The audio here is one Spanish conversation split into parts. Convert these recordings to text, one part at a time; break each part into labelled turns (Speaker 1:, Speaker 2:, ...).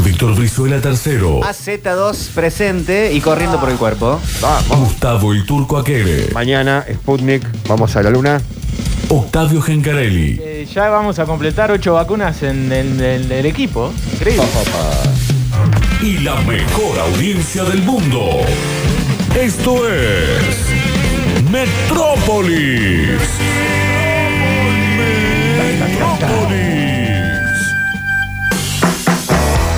Speaker 1: Víctor Brizuela III,
Speaker 2: AZ2 presente y corriendo por el cuerpo.
Speaker 3: Vamos.
Speaker 1: Gustavo el Turco Aquere,
Speaker 3: Mañana, Sputnik, vamos a la luna.
Speaker 1: Octavio Gencarelli,
Speaker 4: Eh, ya vamos a completar ocho vacunas en, en- en el equipo. Increíble.
Speaker 1: y la mejor audiencia del mundo. Esto es Metrópolis. Metrópolis.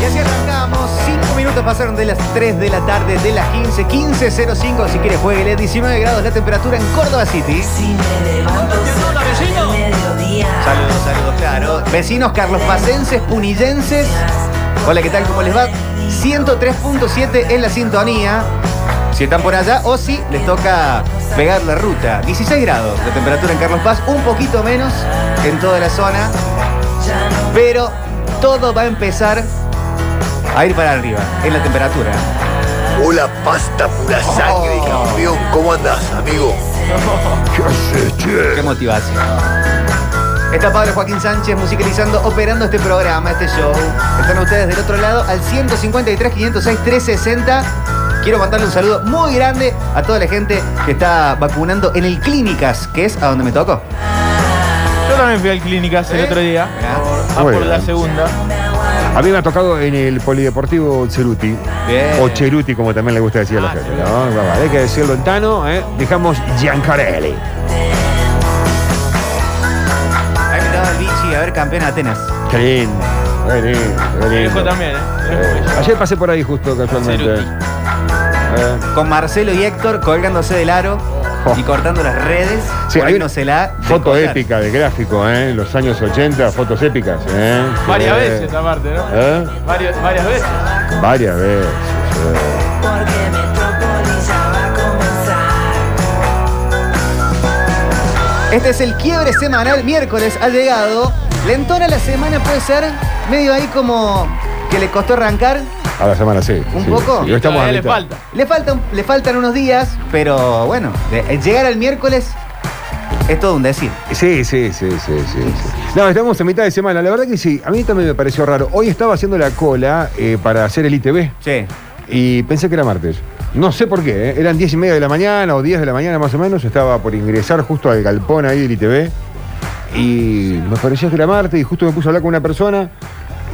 Speaker 2: Y así arrancamos. 5 minutos pasaron de las 3 de la tarde, de las 15, 15.05. Si quieres, jueguele. 19 grados la temperatura en Córdoba City.
Speaker 5: Si me levanto cerca del mediodía.
Speaker 2: Saludos, saludos, claro. Vecinos carlospacenses, punillenses. Hola, ¿qué tal? ¿Cómo les va? 103.7 en la sintonía. Si están por allá o si les toca pegar la ruta. 16 grados la temperatura en Carlos Paz, un poquito menos en toda la zona. Pero todo va a empezar a ir para arriba en la temperatura.
Speaker 6: Hola, pasta pura sangre,
Speaker 2: Oh.
Speaker 6: campeón. ¿Cómo andás, amigo? ¿Qué haces, che?
Speaker 2: Qué motivación. Está Pablo Joaquín Sánchez musicalizando, operando este programa, este show. Están ustedes del otro lado al 153 506 360. Quiero mandarle un saludo muy grande a toda la gente que está vacunando en el Clínicas, que es a donde me tocó.
Speaker 4: Yo también fui al Clínicas el
Speaker 2: ¿Eh?
Speaker 4: otro día.
Speaker 2: Mirá.
Speaker 4: Ah,
Speaker 3: Muy
Speaker 4: por la
Speaker 3: bien.
Speaker 4: segunda.
Speaker 3: A mí me ha tocado en el Polideportivo Ceruti.
Speaker 2: Bien.
Speaker 3: O Cheruti, como también le gusta decir a la
Speaker 4: Ah,
Speaker 3: gente.
Speaker 4: Ceruti.
Speaker 3: ¿no? Bueno, Hay que decirlo en Tano, ¿eh? Dejamos Giancarelli.
Speaker 2: Ahí me estaba el bichi, a ver, campeón Atenas.
Speaker 3: Qué lindo. Qué lindo, qué
Speaker 4: Mi
Speaker 3: lindo.
Speaker 4: hijo también, ¿eh?
Speaker 3: Eh, ayer pasé por ahí justo casualmente.
Speaker 4: Ceruti.
Speaker 3: Eh,
Speaker 2: Con Marcelo y Héctor colgándose del aro y cortando las redes.
Speaker 3: Oh. Sí, hay una
Speaker 2: poniéndosela de
Speaker 3: foto
Speaker 2: collar.
Speaker 3: épica de gráfico, ¿eh? En los años 80, fotos épicas, ¿eh?
Speaker 4: Varias
Speaker 3: Eh,
Speaker 4: veces aparte, ¿no?
Speaker 3: ¿Eh?
Speaker 4: Varias, varias veces.
Speaker 3: Varias veces. eh.
Speaker 5: Porque Metrópolis ya va a comenzar.
Speaker 2: Este es el quiebre semanal, miércoles ha llegado. Lentona la semana puede ser medio ahí como que le costó arrancar.
Speaker 3: A la semana sí.
Speaker 2: ¿Un
Speaker 3: sí,
Speaker 2: poco?
Speaker 3: sí. Hoy estamos a
Speaker 4: Todavía le
Speaker 3: mitad.
Speaker 4: falta.
Speaker 2: Le faltan, le faltan unos días, pero bueno, de- eh, llegar al miércoles es todo un decir.
Speaker 3: Sí, sí, sí, sí, sí, sí. No, estamos a mitad de semana. La verdad que sí, a mí también me pareció raro. Hoy estaba haciendo la cola eh, para hacer el ITV
Speaker 2: Sí.
Speaker 3: y pensé que era martes. No sé por qué, ¿eh? eran 10 y media de la mañana o 10 de la mañana más o menos. Estaba por ingresar justo al galpón ahí del ITV y me pareció que era martes y justo me puse a hablar con una persona.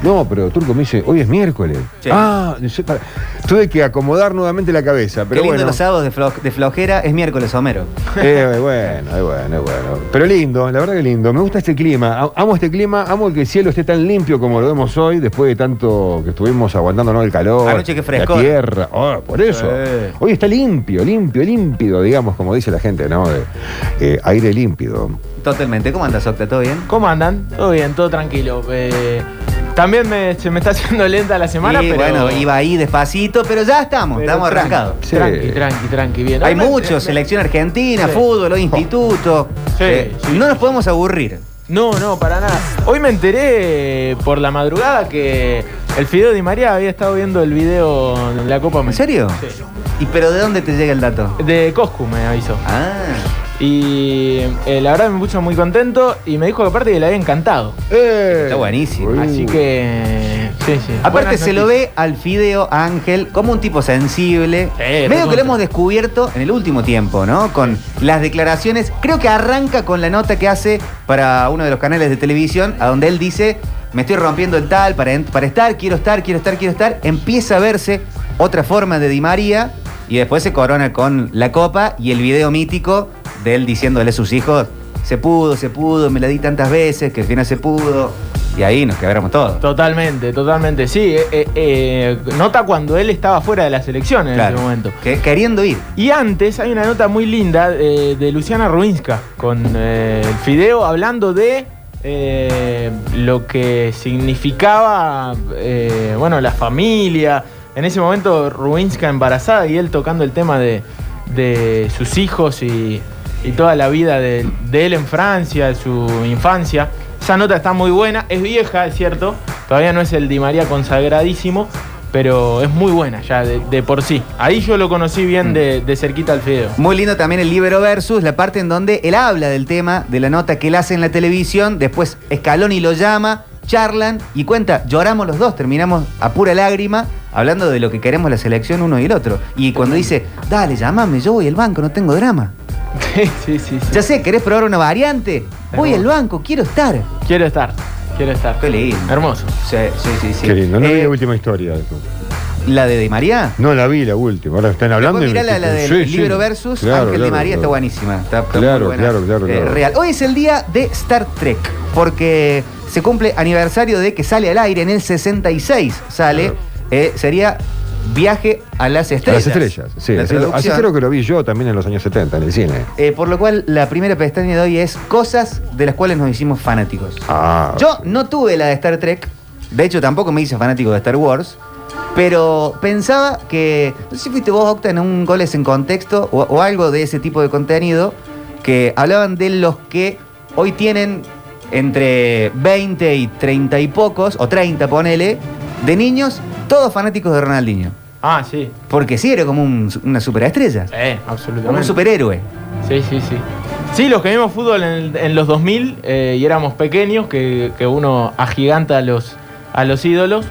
Speaker 3: No, pero Turco me dice, hoy es miércoles.
Speaker 2: Sí.
Speaker 3: Ah, no sé, para- tuve que acomodar nuevamente la cabeza. Pero
Speaker 2: Qué lindo
Speaker 3: bueno.
Speaker 2: los sábados de, flo- de flojera, es miércoles, Homero.
Speaker 3: Eh, bueno, eh, bueno, eh, bueno. Pero lindo, la verdad que lindo. Me gusta este clima. A- Amo este clima, amo que el cielo esté tan limpio como lo vemos hoy, después de tanto que estuvimos aguantándonos el calor.
Speaker 2: Anoche que frescó.
Speaker 3: La tierra. Ah, por eso.
Speaker 2: Sí.
Speaker 3: Hoy está limpio, limpio, límpido, digamos, como dice la gente, ¿no? Eh, eh, aire límpido.
Speaker 2: Totalmente. ¿Cómo andas, Octa? ¿Todo bien?
Speaker 4: ¿Cómo andan? Todo bien, todo tranquilo. Eh, también me, se me está haciendo lenta la semana,
Speaker 2: Sí,
Speaker 4: pero.
Speaker 2: bueno, iba ahí despacito, pero ya estamos,
Speaker 4: pero
Speaker 2: estamos
Speaker 4: tranqui,
Speaker 2: arrancados.
Speaker 3: Sí.
Speaker 4: Tranqui, tranqui, tranqui, bien.
Speaker 2: Hay
Speaker 4: Me-
Speaker 2: mucho,
Speaker 4: me-
Speaker 2: selección argentina,
Speaker 4: Sí.
Speaker 2: fútbol, hoy instituto.
Speaker 4: Sí,
Speaker 2: Eh,
Speaker 4: sí.
Speaker 2: No nos podemos aburrir.
Speaker 4: No, no, para nada. Hoy me enteré por la madrugada que el Fideo Di María había estado viendo el video de la Copa
Speaker 2: ¿En
Speaker 4: América.
Speaker 2: serio?
Speaker 4: Sí.
Speaker 2: ¿Y pero de dónde te llega el dato?
Speaker 4: De Coscu me avisó.
Speaker 2: Ah,
Speaker 4: Y eh, la verdad me puso muy contento y me dijo que aparte que le había encantado.
Speaker 3: Eh,
Speaker 2: Está buenísimo.
Speaker 3: uy.
Speaker 4: Así que. Sí, sí.
Speaker 2: Uh. aparte
Speaker 4: Buenas
Speaker 2: se lo
Speaker 4: noticias.
Speaker 2: ve al Fideo a Ángel como un tipo sensible. Medio que
Speaker 4: recontra.
Speaker 2: lo hemos descubierto en el último tiempo, ¿no? Con las declaraciones. Creo que arranca con la nota que hace para uno de los canales de televisión, a donde él dice, me estoy rompiendo el tal para, en- para estar, quiero estar, quiero estar, quiero estar. Empieza a verse otra forma de Di María y después se corona con la copa y el video mítico de él diciéndole a sus hijos, se pudo, se pudo, me la di tantas veces, que al final se pudo. Y ahí nos quebramos todos.
Speaker 4: Totalmente, totalmente. Sí, eh, eh, eh, nota cuando él estaba fuera de la selección en
Speaker 2: Claro.
Speaker 4: ese momento.
Speaker 2: Que- queriendo ir.
Speaker 4: Y antes hay una nota muy linda eh, de Luciana Ruinska con eh, el Fideo hablando de eh, lo que significaba, eh, bueno, la familia, En ese momento Rubinska embarazada y él tocando el tema de, de sus hijos y, y toda la vida de, de él en Francia, de su infancia. Esa nota está muy buena, es vieja, es cierto, todavía no es el Di María consagradísimo, pero es muy buena ya de, de por sí. Ahí yo lo conocí bien
Speaker 2: Mm.
Speaker 4: de, de cerquita al Fideo.
Speaker 2: Muy lindo también el libro versus, la parte en donde él habla del tema, de la nota que él hace en la televisión, después Scaloni lo llama, charlan y cuenta, lloramos los dos, terminamos a pura lágrima hablando de lo que queremos la selección uno y el otro. Y cuando dice, dale, llámame, yo voy al banco, no tengo drama.
Speaker 4: Sí, sí, sí. sí.
Speaker 2: Ya sé, ¿querés probar una variante? Voy al banco, quiero estar.
Speaker 4: Quiero estar, quiero estar.
Speaker 2: Qué lindo.
Speaker 4: Hermoso.
Speaker 2: Sí, sí, sí. sí.
Speaker 3: Qué lindo. No vi
Speaker 2: Eh,
Speaker 3: la última historia.
Speaker 2: ¿La de Di María?
Speaker 3: No la vi la última. Ahora están hablando.
Speaker 2: Después
Speaker 3: y me-
Speaker 2: mirá la, la del
Speaker 3: Sí, sí.
Speaker 2: libro versus
Speaker 3: Claro,
Speaker 2: Ángel de
Speaker 3: claro,
Speaker 2: María, está
Speaker 3: claro.
Speaker 2: buenísima. Está, está
Speaker 3: Claro,
Speaker 2: muy buena.
Speaker 3: claro, claro,
Speaker 2: Eh,
Speaker 3: claro.
Speaker 2: Real. Hoy es el día de Star Trek, porque se cumple aniversario de que sale al aire en el 66. Sale,
Speaker 3: Claro.
Speaker 2: eh, sería Viaje a las
Speaker 3: A
Speaker 2: Estrellas.
Speaker 3: las estrellas, sí.
Speaker 2: La
Speaker 3: Así, lo- así
Speaker 2: traducción.
Speaker 3: creo que lo vi yo también en los años 70, en el cine.
Speaker 2: Eh, por lo cual, la primera pestaña de hoy es cosas de las cuales nos hicimos fanáticos.
Speaker 3: Ah.
Speaker 2: Yo no tuve la de Star Trek. De hecho, tampoco me hice fanático de Star Wars. Pero pensaba que. No sé si fuiste vos, Octa, en un goles en contexto o, o algo de ese tipo de contenido. Que hablaban de los que hoy tienen entre 20 y 30 y pocos, o 30, ponele, de niños, todos fanáticos de Ronaldinho.
Speaker 4: Ah, sí.
Speaker 2: Porque sí era como un- una superestrella.
Speaker 4: Eh,
Speaker 2: Como
Speaker 4: absolutamente.
Speaker 2: un superhéroe.
Speaker 4: Sí, sí, sí. Sí, los que vimos fútbol en, en los 2000 eh, y éramos pequeños, que, que uno agiganta a los, a los ídolos,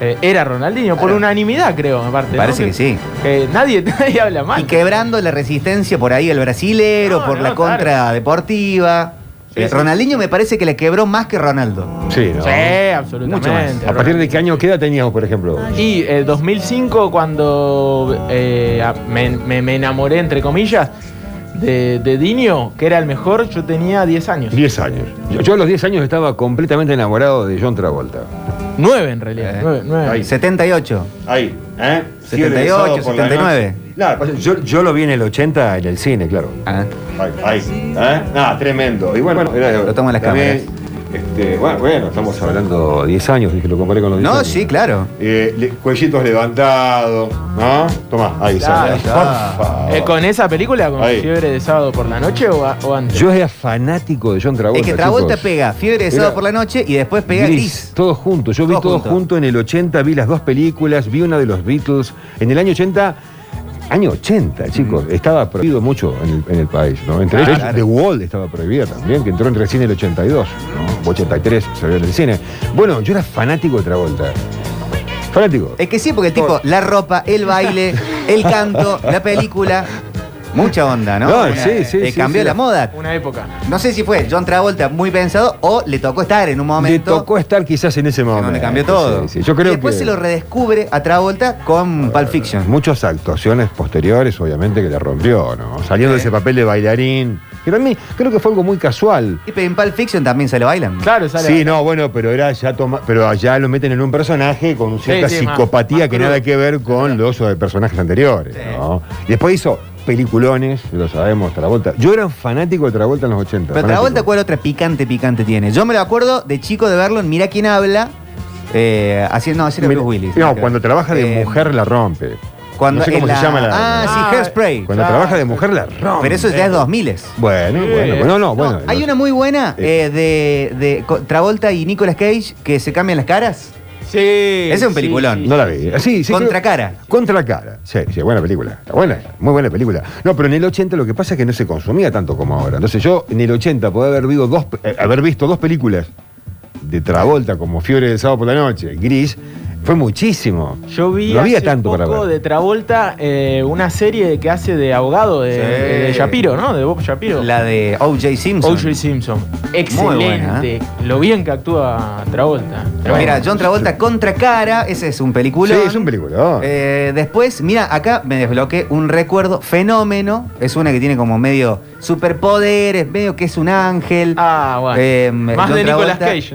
Speaker 4: eh, era Ronaldinho, por
Speaker 2: Claro.
Speaker 4: unanimidad creo, aparte.
Speaker 2: Me
Speaker 4: ¿no?
Speaker 2: parece que sí.
Speaker 4: que nadie, nadie habla mal.
Speaker 2: Y quebrando la resistencia por ahí el brasilero,
Speaker 4: No,
Speaker 2: por
Speaker 4: no,
Speaker 2: la
Speaker 4: claro.
Speaker 2: contra deportiva.
Speaker 4: Sí,
Speaker 2: Eh,
Speaker 4: sí.
Speaker 2: Ronaldinho me parece que la quebró más que Ronaldo.
Speaker 3: Sí, ¿no?
Speaker 4: Sí, absolutamente.
Speaker 2: Mucho más.
Speaker 3: ¿A partir de qué año queda teníamos, por ejemplo?
Speaker 4: Y eh, 2005, cuando eh, a- me, me- me enamoré, entre comillas, de, de Dinho, que era el mejor, yo tenía 10 años.
Speaker 3: 10 años. Yo, yo a los 10 años estaba completamente enamorado de John Travolta.
Speaker 4: 9 en realidad.
Speaker 2: Eh.
Speaker 4: 9,
Speaker 3: Ahí.
Speaker 2: 78.
Speaker 3: Ahí, ¿eh?
Speaker 2: 78, 79.
Speaker 3: pues, yo, yo lo vi en el 80 en el cine, claro.
Speaker 2: Ah,
Speaker 3: Ahí, ahí. ¿eh? Nada, tremendo. Y bueno, era-
Speaker 2: Lo tomo en las
Speaker 3: también, este, bueno, bueno, estamos hablando 10 años, dije, lo comparé con los 10
Speaker 2: No,
Speaker 3: años.
Speaker 2: sí, claro.
Speaker 3: Eh, le- cuellitos levantados, ¿no? Tomá, ahí
Speaker 4: Claro,
Speaker 3: sale.
Speaker 2: está.
Speaker 3: Por favor.
Speaker 4: Eh, ¿Con esa película? ¿Con
Speaker 3: Ahí.
Speaker 4: Fiebre de Sábado por la Noche o, a- o antes?
Speaker 3: Yo era fanático de John Travolta.
Speaker 2: es que Travolta
Speaker 3: chicos.
Speaker 2: pega fiebre de
Speaker 3: Era-
Speaker 2: sábado por la noche y después pega gris.
Speaker 3: Todos juntos. Yo vi
Speaker 2: Todos
Speaker 3: todo
Speaker 2: juntos.
Speaker 3: junto en el 80, vi las dos películas, vi una de los Beatles. En el año 80, año 80, chicos, estaba prohibido mucho en el, en el país, ¿no? Entre
Speaker 2: Ah, Claro.
Speaker 3: ellos, The Wall estaba prohibida también, que entró en recién el 82, ¿no? 83 se vio en el cine. Bueno, yo era fanático de Travolta. Fanático.
Speaker 2: Es que sí, porque el tipo, la ropa, el baile, el canto, la película. Mucha onda, ¿no?
Speaker 3: No,
Speaker 2: Una-
Speaker 3: sí, sí,
Speaker 2: eh,
Speaker 3: sí,
Speaker 2: Cambió
Speaker 3: sí.
Speaker 2: la moda.
Speaker 4: Una época.
Speaker 2: No sé si fue John Travolta muy pensado o le tocó estar en un
Speaker 3: Le
Speaker 2: momento.
Speaker 3: tocó estar quizás en ese momento.
Speaker 2: donde cambió todo.
Speaker 3: Sí, sí. Yo creo
Speaker 2: y después
Speaker 3: que...
Speaker 2: se lo redescubre a Travolta con Pulp Fiction.
Speaker 3: Muchas actuaciones posteriores, obviamente, que le rompió, ¿no? Saliendo de
Speaker 2: Sí.
Speaker 3: ese papel de bailarín. Que también creo que fue algo muy casual.
Speaker 2: Y pero en Pulp Fiction también se lo bailan.
Speaker 4: Claro, sale.
Speaker 3: Sí, no, bueno, pero era ya toma, pero allá lo meten en un personaje con cierta
Speaker 4: sí, más-
Speaker 3: psicopatía
Speaker 4: más
Speaker 3: que
Speaker 4: crudo.
Speaker 3: nada que ver con los eh, personajes anteriores, ¿no? Y después hizo peliculones, lo sabemos, Travolta. Yo era un fanático de Travolta en los 80.
Speaker 2: Pero
Speaker 3: fanático.
Speaker 2: Travolta, ¿cuál otra picante, picante tiene? Yo me lo acuerdo de chico de verlo en Mira quién habla. eh, haciendo, no, ese era
Speaker 3: Mira,
Speaker 2: Bruce Willis.
Speaker 3: No, cuando trabaja de
Speaker 2: Eh,
Speaker 3: mujer la rompe.
Speaker 2: Cuando
Speaker 3: no sé cómo
Speaker 2: en
Speaker 3: se llama la.
Speaker 2: Ah,
Speaker 4: Ah,
Speaker 2: sí, Hairspray.
Speaker 3: cuando
Speaker 4: claro.
Speaker 3: trabaja de mujer la rompe.
Speaker 2: Pero eso ya es 2000
Speaker 3: Bueno, bueno, bueno, no, bueno.
Speaker 2: Hay
Speaker 3: no-
Speaker 2: una muy buena
Speaker 3: Eh.
Speaker 2: eh, de, de co- Travolta y Nicolas Cage que se cambian las caras.
Speaker 4: Sí.
Speaker 2: Ese es un
Speaker 4: sí,
Speaker 2: peliculón.
Speaker 4: sí.
Speaker 3: No la vi. Ah, Sí, sí,
Speaker 2: Contracara.
Speaker 3: creo- Contracara. Sí, sí, buena película. Está buena, muy buena película. No, pero en el 80 lo que pasa es que no se consumía tanto como ahora. Entonces yo en el 80 podía haber, visto dos, eh, haber visto dos películas de Travolta como Fiebre del sábado por la noche, Gris, fue muchísimo.
Speaker 4: Yo vi
Speaker 3: no había
Speaker 4: hace
Speaker 3: tanto
Speaker 4: poco
Speaker 3: para ver.
Speaker 4: de Travolta eh, una serie que hace de abogado de,
Speaker 2: Sí.
Speaker 4: de Shapiro, ¿no? De Bob Shapiro.
Speaker 2: La de O.J. Simpson.
Speaker 4: O.J. Simpson.
Speaker 2: Muy
Speaker 4: Excelente.
Speaker 2: buena, ¿eh?
Speaker 4: Lo bien que actúa Travolta.
Speaker 2: Pero mira, John Travolta contra cara, ese es un película.
Speaker 3: Sí, es un peliculón.
Speaker 2: Eh, después, mira, acá me desbloqueé un recuerdo, fenómeno, es una que tiene como medio superpoderes, medio que es un ángel.
Speaker 4: Ah, bueno.
Speaker 2: Eh,
Speaker 4: Más
Speaker 2: John
Speaker 4: de Nicolas
Speaker 2: Travolta.
Speaker 4: Cage,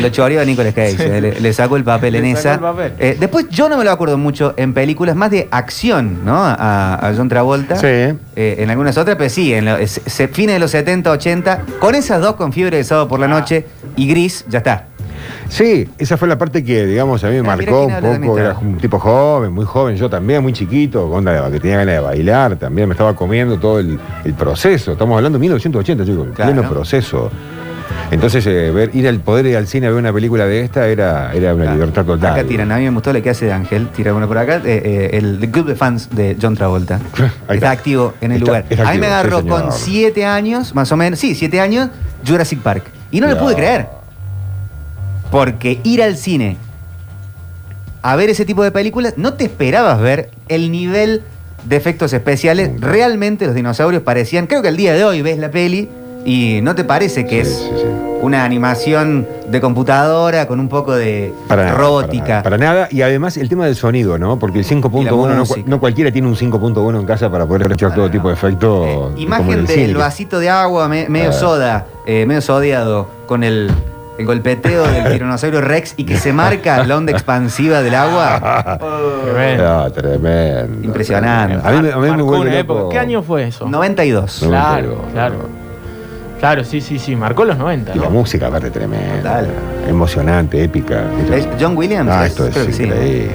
Speaker 2: Lo choreó a Nicolas Cage, eh, le, le sacó el papel
Speaker 4: Le
Speaker 2: en
Speaker 4: sacó
Speaker 2: esa.
Speaker 4: el papel.
Speaker 2: Eh, después yo no me lo acuerdo mucho en películas más de acción, ¿no? A, a John Travolta.
Speaker 3: Sí.
Speaker 2: Eh, en algunas otras, pero sí, en los es- se- fines de los 70, 80, con esas dos con fiebre de sábado por la noche y gris, ya está.
Speaker 3: Sí, esa fue la parte que, digamos, a mí me
Speaker 2: Ah, mira quién
Speaker 3: marcó un
Speaker 2: habla de
Speaker 3: poco.
Speaker 2: mi
Speaker 3: Era
Speaker 2: trabajo.
Speaker 3: un tipo joven, muy joven, yo también, muy chiquito, con onda de- que tenía ganas de bailar, también me estaba comiendo todo el, el proceso. Estamos hablando de 1980, chicos, el
Speaker 2: Claro.
Speaker 3: pleno proceso. Entonces, eh, ver, ir al poder y al cine a ver una película de esta era, era una libertad total.
Speaker 2: Acá tiran, a mí me gustó la que hace de Ángel, tira uno por acá, eh, eh, el The Club de Fans de John Travolta. está,
Speaker 3: Ahí está.
Speaker 2: activo en el
Speaker 3: Está-
Speaker 2: lugar.
Speaker 3: está
Speaker 2: a mí me
Speaker 3: activo, sí,
Speaker 2: agarró
Speaker 3: señor.
Speaker 2: con siete años, más o menos, sí, siete años, Jurassic Park. Y no lo
Speaker 3: No.
Speaker 2: pude creer. Porque ir al cine a ver ese tipo de películas, no te esperabas ver el nivel de efectos especiales. Realmente los dinosaurios parecían, creo que el día de hoy ves la peli y no te parece que
Speaker 3: Sí,
Speaker 2: es
Speaker 3: sí, sí.
Speaker 2: una animación de computadora con un poco de
Speaker 3: Para nada,
Speaker 2: robótica.
Speaker 3: Para nada, para nada. Y además el tema del sonido, ¿no? Porque el 5.1,
Speaker 2: Y la
Speaker 3: no,
Speaker 2: música.
Speaker 3: no cualquiera tiene un 5.1 en casa para poder escuchar todo
Speaker 2: no.
Speaker 3: tipo de efecto.
Speaker 2: Eh,
Speaker 3: como en
Speaker 2: imagen
Speaker 3: el
Speaker 2: del
Speaker 3: cine.
Speaker 2: vasito de agua me- medio
Speaker 3: Ah.
Speaker 2: soda, eh, medio sodiado, con el, el golpeteo del tiranosaurio Rex y que se marca la onda expansiva del agua.
Speaker 4: Tremendo.
Speaker 3: Ah, tremendo.
Speaker 2: Eh. Impresionante.
Speaker 3: A mí, me- a mí me
Speaker 4: Marcó una
Speaker 3: vuelve
Speaker 4: época.
Speaker 3: loco.
Speaker 4: ¿Qué año fue eso?
Speaker 2: 92.
Speaker 3: No.
Speaker 4: Claro,
Speaker 3: 92,
Speaker 4: claro. Claro, sí, sí, sí. Marcó los 90.
Speaker 3: Y la
Speaker 4: ¿no?
Speaker 3: música, aparte, tremenda.
Speaker 2: Total.
Speaker 3: Emocionante, épica.
Speaker 2: ¿Es John Williams?
Speaker 3: Ah, esto es
Speaker 2: Creo que sí.
Speaker 3: increíble.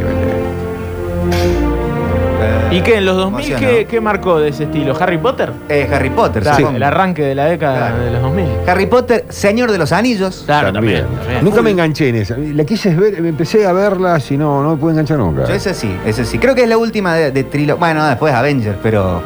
Speaker 4: ¿Y qué? ¿En los 2000
Speaker 2: Emocionó.
Speaker 4: qué, qué marcó de ese estilo? ¿Harry Potter?
Speaker 2: Eh, Harry Potter,
Speaker 4: Claro,
Speaker 2: supongo.
Speaker 4: El arranque de la década
Speaker 2: Claro.
Speaker 4: de los 2000.
Speaker 2: Harry Potter, Señor de los Anillos.
Speaker 4: Claro,
Speaker 3: También.
Speaker 4: también. también.
Speaker 3: Nunca me enganché en esa. La quise ver, me empecé a verla, si no, no me pude enganchar nunca.
Speaker 2: Yo ese sí, ese sí. Creo que es la última de, de trilo- Bueno, después Avengers, pero,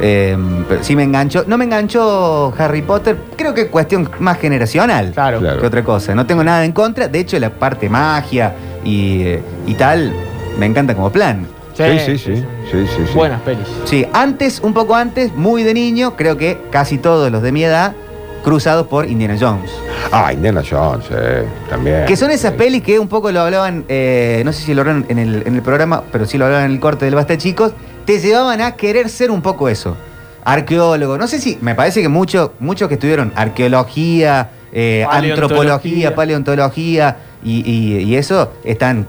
Speaker 2: eh, pero sí me enganchó. No me enganchó Harry Potter, creo que es cuestión más generacional.
Speaker 4: Claro.
Speaker 3: Claro.
Speaker 2: que otra cosa. No tengo nada en contra. De hecho, la parte magia y, eh, y tal me encanta como plan.
Speaker 3: Sí, sí, sí. sí, sí, sí.
Speaker 4: Buenas pelis.
Speaker 2: Sí, antes, un poco antes, muy de niño, creo que casi todos los de mi edad, cruzados por Indiana Jones.
Speaker 3: Ah, Indiana Jones, eh, también.
Speaker 2: Que son esas
Speaker 3: Sí.
Speaker 2: pelis que un poco lo hablaban, eh, no sé si lo hablaron en el, en el programa, pero sí lo hablaban en el corte del Basta Chicos, te llevaban a querer ser un poco eso. Arqueólogo, no sé si, me parece que muchos muchos que estuvieron arqueología, eh,
Speaker 4: Paleontología.
Speaker 2: antropología, paleontología y, y- y eso, están,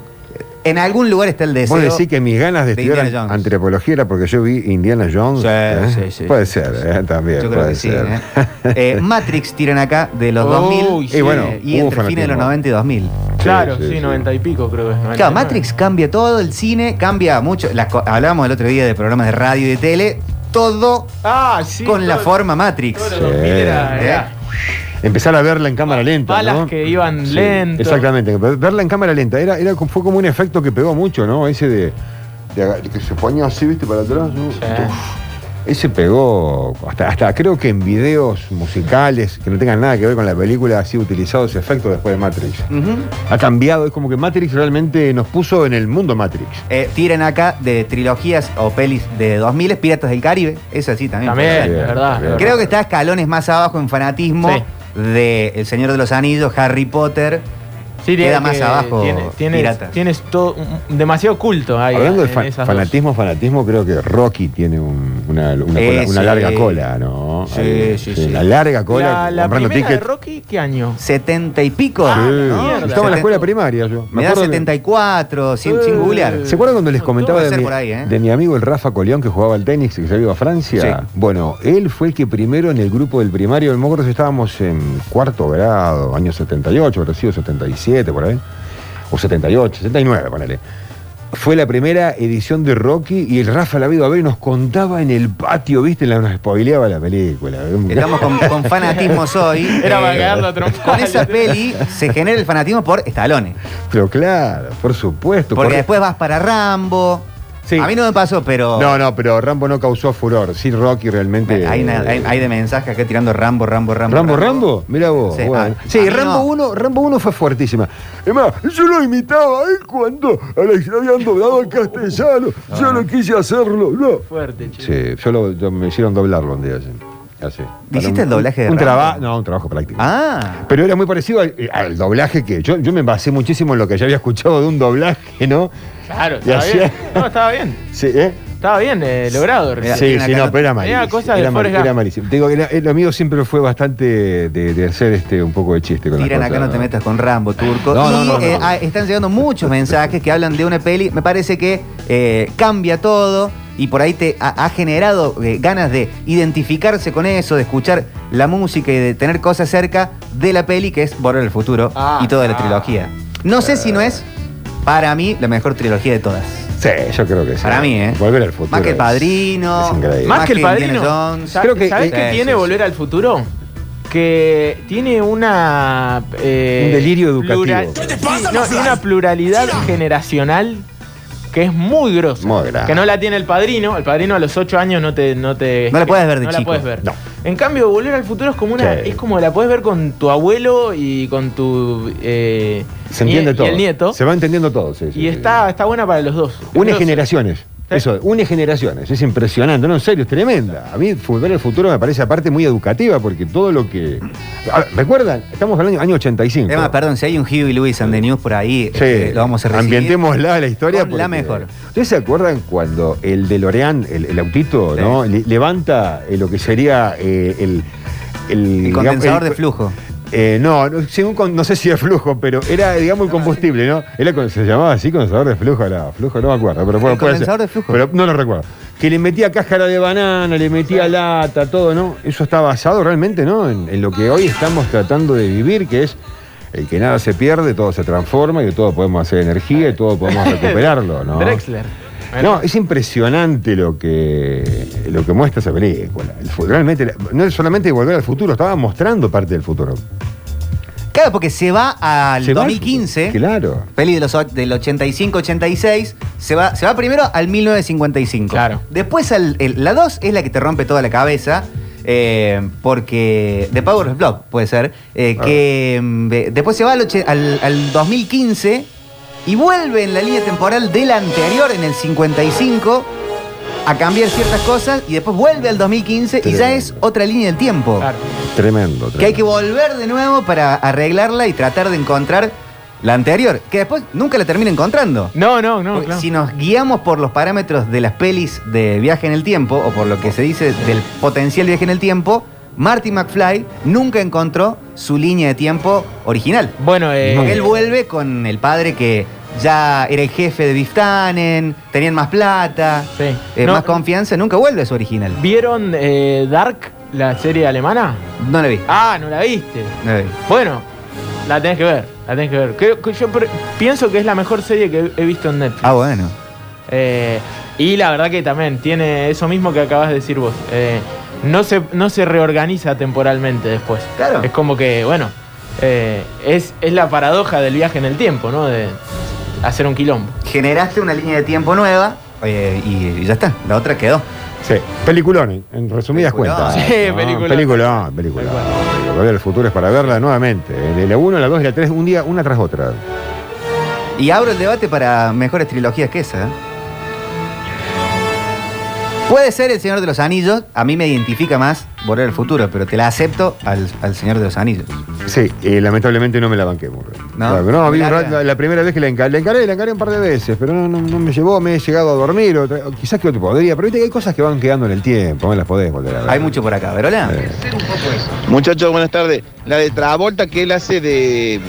Speaker 2: en algún lugar está el deseo.
Speaker 3: Vos decís que mis ganas de,
Speaker 2: de Indiana
Speaker 3: estudiar
Speaker 2: Jones.
Speaker 3: antropología era porque yo vi Indiana Jones.
Speaker 2: Sí,
Speaker 3: ¿eh?
Speaker 2: sí, sí.
Speaker 3: Puede ser, ¿eh? también.
Speaker 2: Yo creo
Speaker 3: puede
Speaker 2: que sí.
Speaker 3: ser.
Speaker 2: ¿eh? Eh, Matrix tiran acá de los
Speaker 4: Uy,
Speaker 2: 2000
Speaker 4: sí.
Speaker 2: eh,
Speaker 3: Y bueno,
Speaker 2: y
Speaker 3: hubo
Speaker 2: entre fines de
Speaker 3: fanatismo.
Speaker 2: los 90 y 2000.
Speaker 4: Claro,
Speaker 3: sí,
Speaker 4: sí,
Speaker 3: sí.
Speaker 4: 90 y pico creo que es. 99.
Speaker 2: Claro, Matrix cambia todo, el cine cambia mucho. Las co- hablábamos el otro día de programas de radio y de tele, todo
Speaker 4: Ah, sí.
Speaker 2: con la
Speaker 4: todo-
Speaker 2: forma Matrix.
Speaker 4: todo lo 2000 era-
Speaker 2: Sí.
Speaker 4: era-
Speaker 3: Empezar a verla en cámara lenta.
Speaker 4: balas
Speaker 3: ¿no?
Speaker 4: que iban
Speaker 3: Sí,
Speaker 4: lento.
Speaker 3: Exactamente. Verla en cámara lenta. Era, era, fue como un efecto que pegó mucho, ¿no? Ese de. de aga- que se ponía así, viste, para atrás. ¿no? Uf. Ese pegó. Hasta, hasta creo que en videos musicales que no tengan nada que ver con la película ha sido utilizado ese efecto después de Matrix.
Speaker 2: Ujú.
Speaker 3: Ha cambiado. Es como que Matrix realmente nos puso en el mundo Matrix.
Speaker 2: Eh, tiran acá de trilogías o pelis de 2000, Piratas del Caribe. Es así también.
Speaker 4: También,
Speaker 3: Bien,
Speaker 4: es verdad.
Speaker 3: bien.
Speaker 2: Creo que está escalones más abajo en fanatismo
Speaker 4: Sí.
Speaker 2: de El Señor de los Anillos, Harry Potter.
Speaker 4: Sí, tiene
Speaker 2: Queda
Speaker 4: que-
Speaker 2: más abajo
Speaker 4: Tiene, tiene-
Speaker 2: Piratas.
Speaker 4: tienes todo, un- un- demasiado culto ahí.
Speaker 3: Hablando de
Speaker 4: en
Speaker 3: fa-
Speaker 4: esas dos.
Speaker 3: fanatismo, fanatismo, creo que Rocky tiene un- una, una
Speaker 2: Eh,
Speaker 3: cola- una
Speaker 2: sí.
Speaker 3: larga cola, ¿no?
Speaker 2: Sí,
Speaker 3: Ahí,
Speaker 2: sí, sí.
Speaker 3: Una larga cola.
Speaker 4: La, la
Speaker 3: comprando
Speaker 4: primera de
Speaker 3: tickets.
Speaker 4: Rocky, ¿qué año?
Speaker 2: 70 y pico.
Speaker 4: Ah,
Speaker 3: Sí.
Speaker 4: la mierda.
Speaker 3: Yo Estaba en la escuela primaria yo.
Speaker 2: Me da
Speaker 3: acuerdo que-
Speaker 2: 74, sin,
Speaker 4: Eh.
Speaker 2: sin googlear.
Speaker 3: ¿Se acuerdan cuando les
Speaker 4: No,
Speaker 3: comentaba
Speaker 2: todo va a
Speaker 3: de
Speaker 2: ser
Speaker 3: mi,
Speaker 2: por ahí, eh?
Speaker 3: de mi amigo el Rafa Coleón que jugaba al tenis y que se había ido a Francia?
Speaker 2: Sí.
Speaker 3: Bueno, él fue el que primero en el grupo del primario, en Mogros estábamos en cuarto grado, año 78, habrá sido 77 por ahí, o 78, 79, ponele. Fue la primera edición de Rocky y el Rafa la había ido a ver y nos contaba en el patio, ¿viste? La- Nos spoileaba la película.
Speaker 2: Estamos con, con fanatismos hoy.
Speaker 4: Era
Speaker 2: Eh,
Speaker 4: para cagarlo a trompadas.
Speaker 2: Con esa peli se genera el fanatismo por Stallone.
Speaker 3: Pero claro, por supuesto.
Speaker 2: Porque
Speaker 3: por-
Speaker 2: después vas para Rambo.
Speaker 3: Sí.
Speaker 2: A mí no me pasó, pero
Speaker 3: No, no, pero Rambo no causó furor. Sí, Rocky realmente. eh,
Speaker 2: hay, una- hay- hay de mensajes acá tirando Rambo, Rambo, Rambo.
Speaker 3: Rambo, Rambo, mira vos.
Speaker 2: Sí,
Speaker 3: bueno.
Speaker 2: a-
Speaker 3: Sí,
Speaker 2: a mí
Speaker 3: Rambo
Speaker 2: no.
Speaker 3: 1, Rambo 1 fue fuertísima. Es más, yo lo imitaba a él cuando a la- habían doblado en castellano.
Speaker 2: Ah.
Speaker 3: Yo no quise hacerlo, no.
Speaker 4: Fuerte, chico.
Speaker 3: Sí, yo, lo, yo me hicieron doblarlo un día así. así. Para
Speaker 2: ¿Hiciste
Speaker 3: un-
Speaker 2: el doblaje de
Speaker 3: un
Speaker 2: Rambo?
Speaker 3: traba- No, un trabajo práctico.
Speaker 2: Ah,
Speaker 3: Pero era muy parecido al, eh, al doblaje que yo, yo me basé muchísimo en lo que ya había escuchado de un doblaje, ¿no?
Speaker 4: Claro,
Speaker 3: Y
Speaker 4: estaba
Speaker 3: hacía-
Speaker 4: bien. No, estaba bien.
Speaker 3: Sí, ¿eh?
Speaker 4: Estaba bien eh, logrado.
Speaker 2: Mirá,
Speaker 3: sí,
Speaker 2: tiene
Speaker 3: sí,
Speaker 2: acá
Speaker 3: no,
Speaker 2: lo-
Speaker 3: pero era
Speaker 4: Era
Speaker 3: malísimo.
Speaker 4: cosa de
Speaker 3: era, mal-
Speaker 4: Forrest Gump.
Speaker 3: era malísimo. Te Digo, era- eh, lo mío siempre fue bastante de, de hacer este un poco de chiste con las
Speaker 2: tiran acá,
Speaker 3: cosas,
Speaker 2: no te metas con Rambo, turco.
Speaker 3: No,
Speaker 2: y
Speaker 3: no, no, no.
Speaker 2: eh, ah, están llegando muchos mensajes que hablan de una peli. Me parece que eh, cambia todo. y por ahí te ha, ha generado eh, ganas de identificarse con eso, de escuchar la música y de tener cosas cerca de la peli que es Volver al Futuro
Speaker 4: Ah,
Speaker 2: y toda la
Speaker 4: claro.
Speaker 2: trilogía. No sé si no es, para mí, la mejor trilogía de todas.
Speaker 3: Sí, yo creo que sí.
Speaker 2: Para mí, ¿eh?
Speaker 3: Volver al futuro.
Speaker 2: Más que el
Speaker 3: es-
Speaker 2: padrino.
Speaker 3: es increíble.
Speaker 4: Más que el
Speaker 2: Indiana
Speaker 4: padrino.
Speaker 2: Jones.
Speaker 4: Sa-
Speaker 3: Creo que-
Speaker 4: ¿Sabés
Speaker 2: sí,
Speaker 4: qué
Speaker 2: sí,
Speaker 4: tiene
Speaker 2: sí.
Speaker 4: Volver al Futuro? Que tiene una. eh,
Speaker 3: Un delirio educativo.
Speaker 4: sí, no, y una pluralidad generacional que es muy grosa.
Speaker 3: Muy grande.
Speaker 4: Que no la tiene el padrino. El padrino a los 8 años no te. No, te,
Speaker 2: No la puedes ver de
Speaker 4: no
Speaker 2: chico.
Speaker 4: La puedes ver.
Speaker 3: No.
Speaker 4: En cambio, Volver al Futuro es como una.
Speaker 3: Sí.
Speaker 4: Es como la puedes ver con tu abuelo y con tu. eh,
Speaker 3: Se entiende
Speaker 4: nie- y
Speaker 3: todo.
Speaker 4: el nieto.
Speaker 3: Se va entendiendo todo, sí. sí,
Speaker 4: Y
Speaker 3: sí.
Speaker 4: está, está buena para los dos.
Speaker 3: Une
Speaker 4: Los-
Speaker 3: generaciones.
Speaker 4: Sí.
Speaker 3: Eso, une generaciones. Es impresionante. No, en serio, es tremenda. A mí, Volver al futuro me parece aparte muy educativa porque todo lo que. A ver, ¿Recuerdan? Estamos hablando del año 85.
Speaker 2: Emma, perdón, si hay un Hugh y Lewis and the News por ahí,
Speaker 3: Sí,
Speaker 2: eh, lo vamos a recibir.
Speaker 3: ambientémosla la historia.
Speaker 2: Con la mejor.
Speaker 3: ¿Ustedes se acuerdan cuando el DeLorean, el, el autito,
Speaker 2: Sí.
Speaker 3: ¿no? Le- levanta eh, lo que sería eh, el, el-
Speaker 2: El
Speaker 3: digamos,
Speaker 2: condensador
Speaker 3: el-
Speaker 2: de flujo.
Speaker 3: Eh, no, no, según con- no sé si de flujo, pero era, digamos, el combustible, ¿no? Era, con- se llamaba así, condensador de flujo, no, flujo, no me acuerdo. Pero bueno,
Speaker 2: ¿El
Speaker 3: puede
Speaker 2: condensador de
Speaker 3: ser.
Speaker 2: flujo?
Speaker 3: Pero no lo recuerdo. Que le metía cáscara de banana, le metía lata, todo, ¿no? Eso está basado realmente, ¿no? En, en lo que hoy estamos tratando de vivir, que es el que nada se pierde, todo se transforma y de todo podemos hacer energía y todo podemos recuperarlo, ¿no?
Speaker 4: Drexler.
Speaker 3: No, es impresionante lo que, lo que muestra esa película. El fu- realmente, no es solamente volver al futuro, estaba mostrando parte del futuro.
Speaker 2: Claro, porque se va al
Speaker 3: Se va al
Speaker 2: 2015.
Speaker 3: futuro, claro.
Speaker 2: Peli de los o- del 85-86. Se va, se va primero al 1955.
Speaker 4: Claro.
Speaker 2: Después al, el- la 2 es la que te rompe toda la cabeza. eh, porque. De Power of Block, puede ser. eh,
Speaker 3: Ah.
Speaker 2: Que mm, de- después se va al, oche- al- al 2015. Y vuelve en la línea temporal de la anterior, en el 55. A cambiar ciertas cosas. Y después vuelve al 2015. Y ya
Speaker 3: Tremendo.
Speaker 2: es otra línea del tiempo.
Speaker 4: Claro.
Speaker 3: Tremendo, tremendo.
Speaker 2: Que hay que volver de nuevo para arreglarla y tratar de encontrar la anterior, que después nunca la termina encontrando.
Speaker 4: No, no, no.
Speaker 2: Porque
Speaker 4: claro.
Speaker 2: Si nos guiamos por los parámetros de las pelis de viaje en el tiempo, o por lo que se dice del potencial viaje en el tiempo, Marty McFly nunca encontró su línea de tiempo original.
Speaker 4: Bueno, eh,
Speaker 2: Porque él vuelve con el padre que ya era el jefe de Biftanen, tenían más plata,
Speaker 4: Sí.
Speaker 2: eh,
Speaker 4: No.
Speaker 2: más confianza, nunca vuelve a su original.
Speaker 4: ¿Vieron eh, Dark, la serie alemana?
Speaker 2: No la vi.
Speaker 4: Ah, no la viste.
Speaker 2: No la vi.
Speaker 4: Bueno, la tenés que ver, la tenés que ver. Creo que yo pre- pienso que es la mejor serie que he visto en Netflix.
Speaker 2: Ah, bueno.
Speaker 4: Eh, y la verdad que también tiene eso mismo que acabas de decir vos. Eh, no, se, no se reorganiza temporalmente después.
Speaker 2: Claro.
Speaker 4: Es como que, bueno, eh, es, es la paradoja del viaje en el tiempo, ¿no? De hacer un quilombo.
Speaker 2: generaste una línea de tiempo nueva eh, y, y ya está, la otra quedó.
Speaker 3: Sí, peliculón, en- en resumidas
Speaker 2: Peliculón.
Speaker 3: cuentas.
Speaker 4: Sí, peliculón.
Speaker 3: Peliculón, peliculón. Volver al futuro es para verla nuevamente. De la 1, la 2 y la 3, un día, una tras otra.
Speaker 2: Y abro el debate para mejores trilogías que esa. ¿eh? Puede ser El Señor de los Anillos, a mí me identifica más Volver al Futuro, pero te la acepto al, al Señor de los Anillos.
Speaker 3: Sí, eh, lamentablemente no me la banqué, Murray.
Speaker 2: No,
Speaker 3: Claro, no, vi un
Speaker 2: larga.
Speaker 3: rato- la, la primera vez que la encaré, la encaré, la encaré un par de veces, pero no, no- no me llevó, me he llegado a dormir, otra- o quizás que otro podría, pero viste que hay cosas que van quedando en el tiempo, no las podés volver a ver.
Speaker 2: Hay mucho por acá, ¿verdad?
Speaker 3: Eh,
Speaker 7: Muchachos, buenas tardes. La de Travolta que él hace de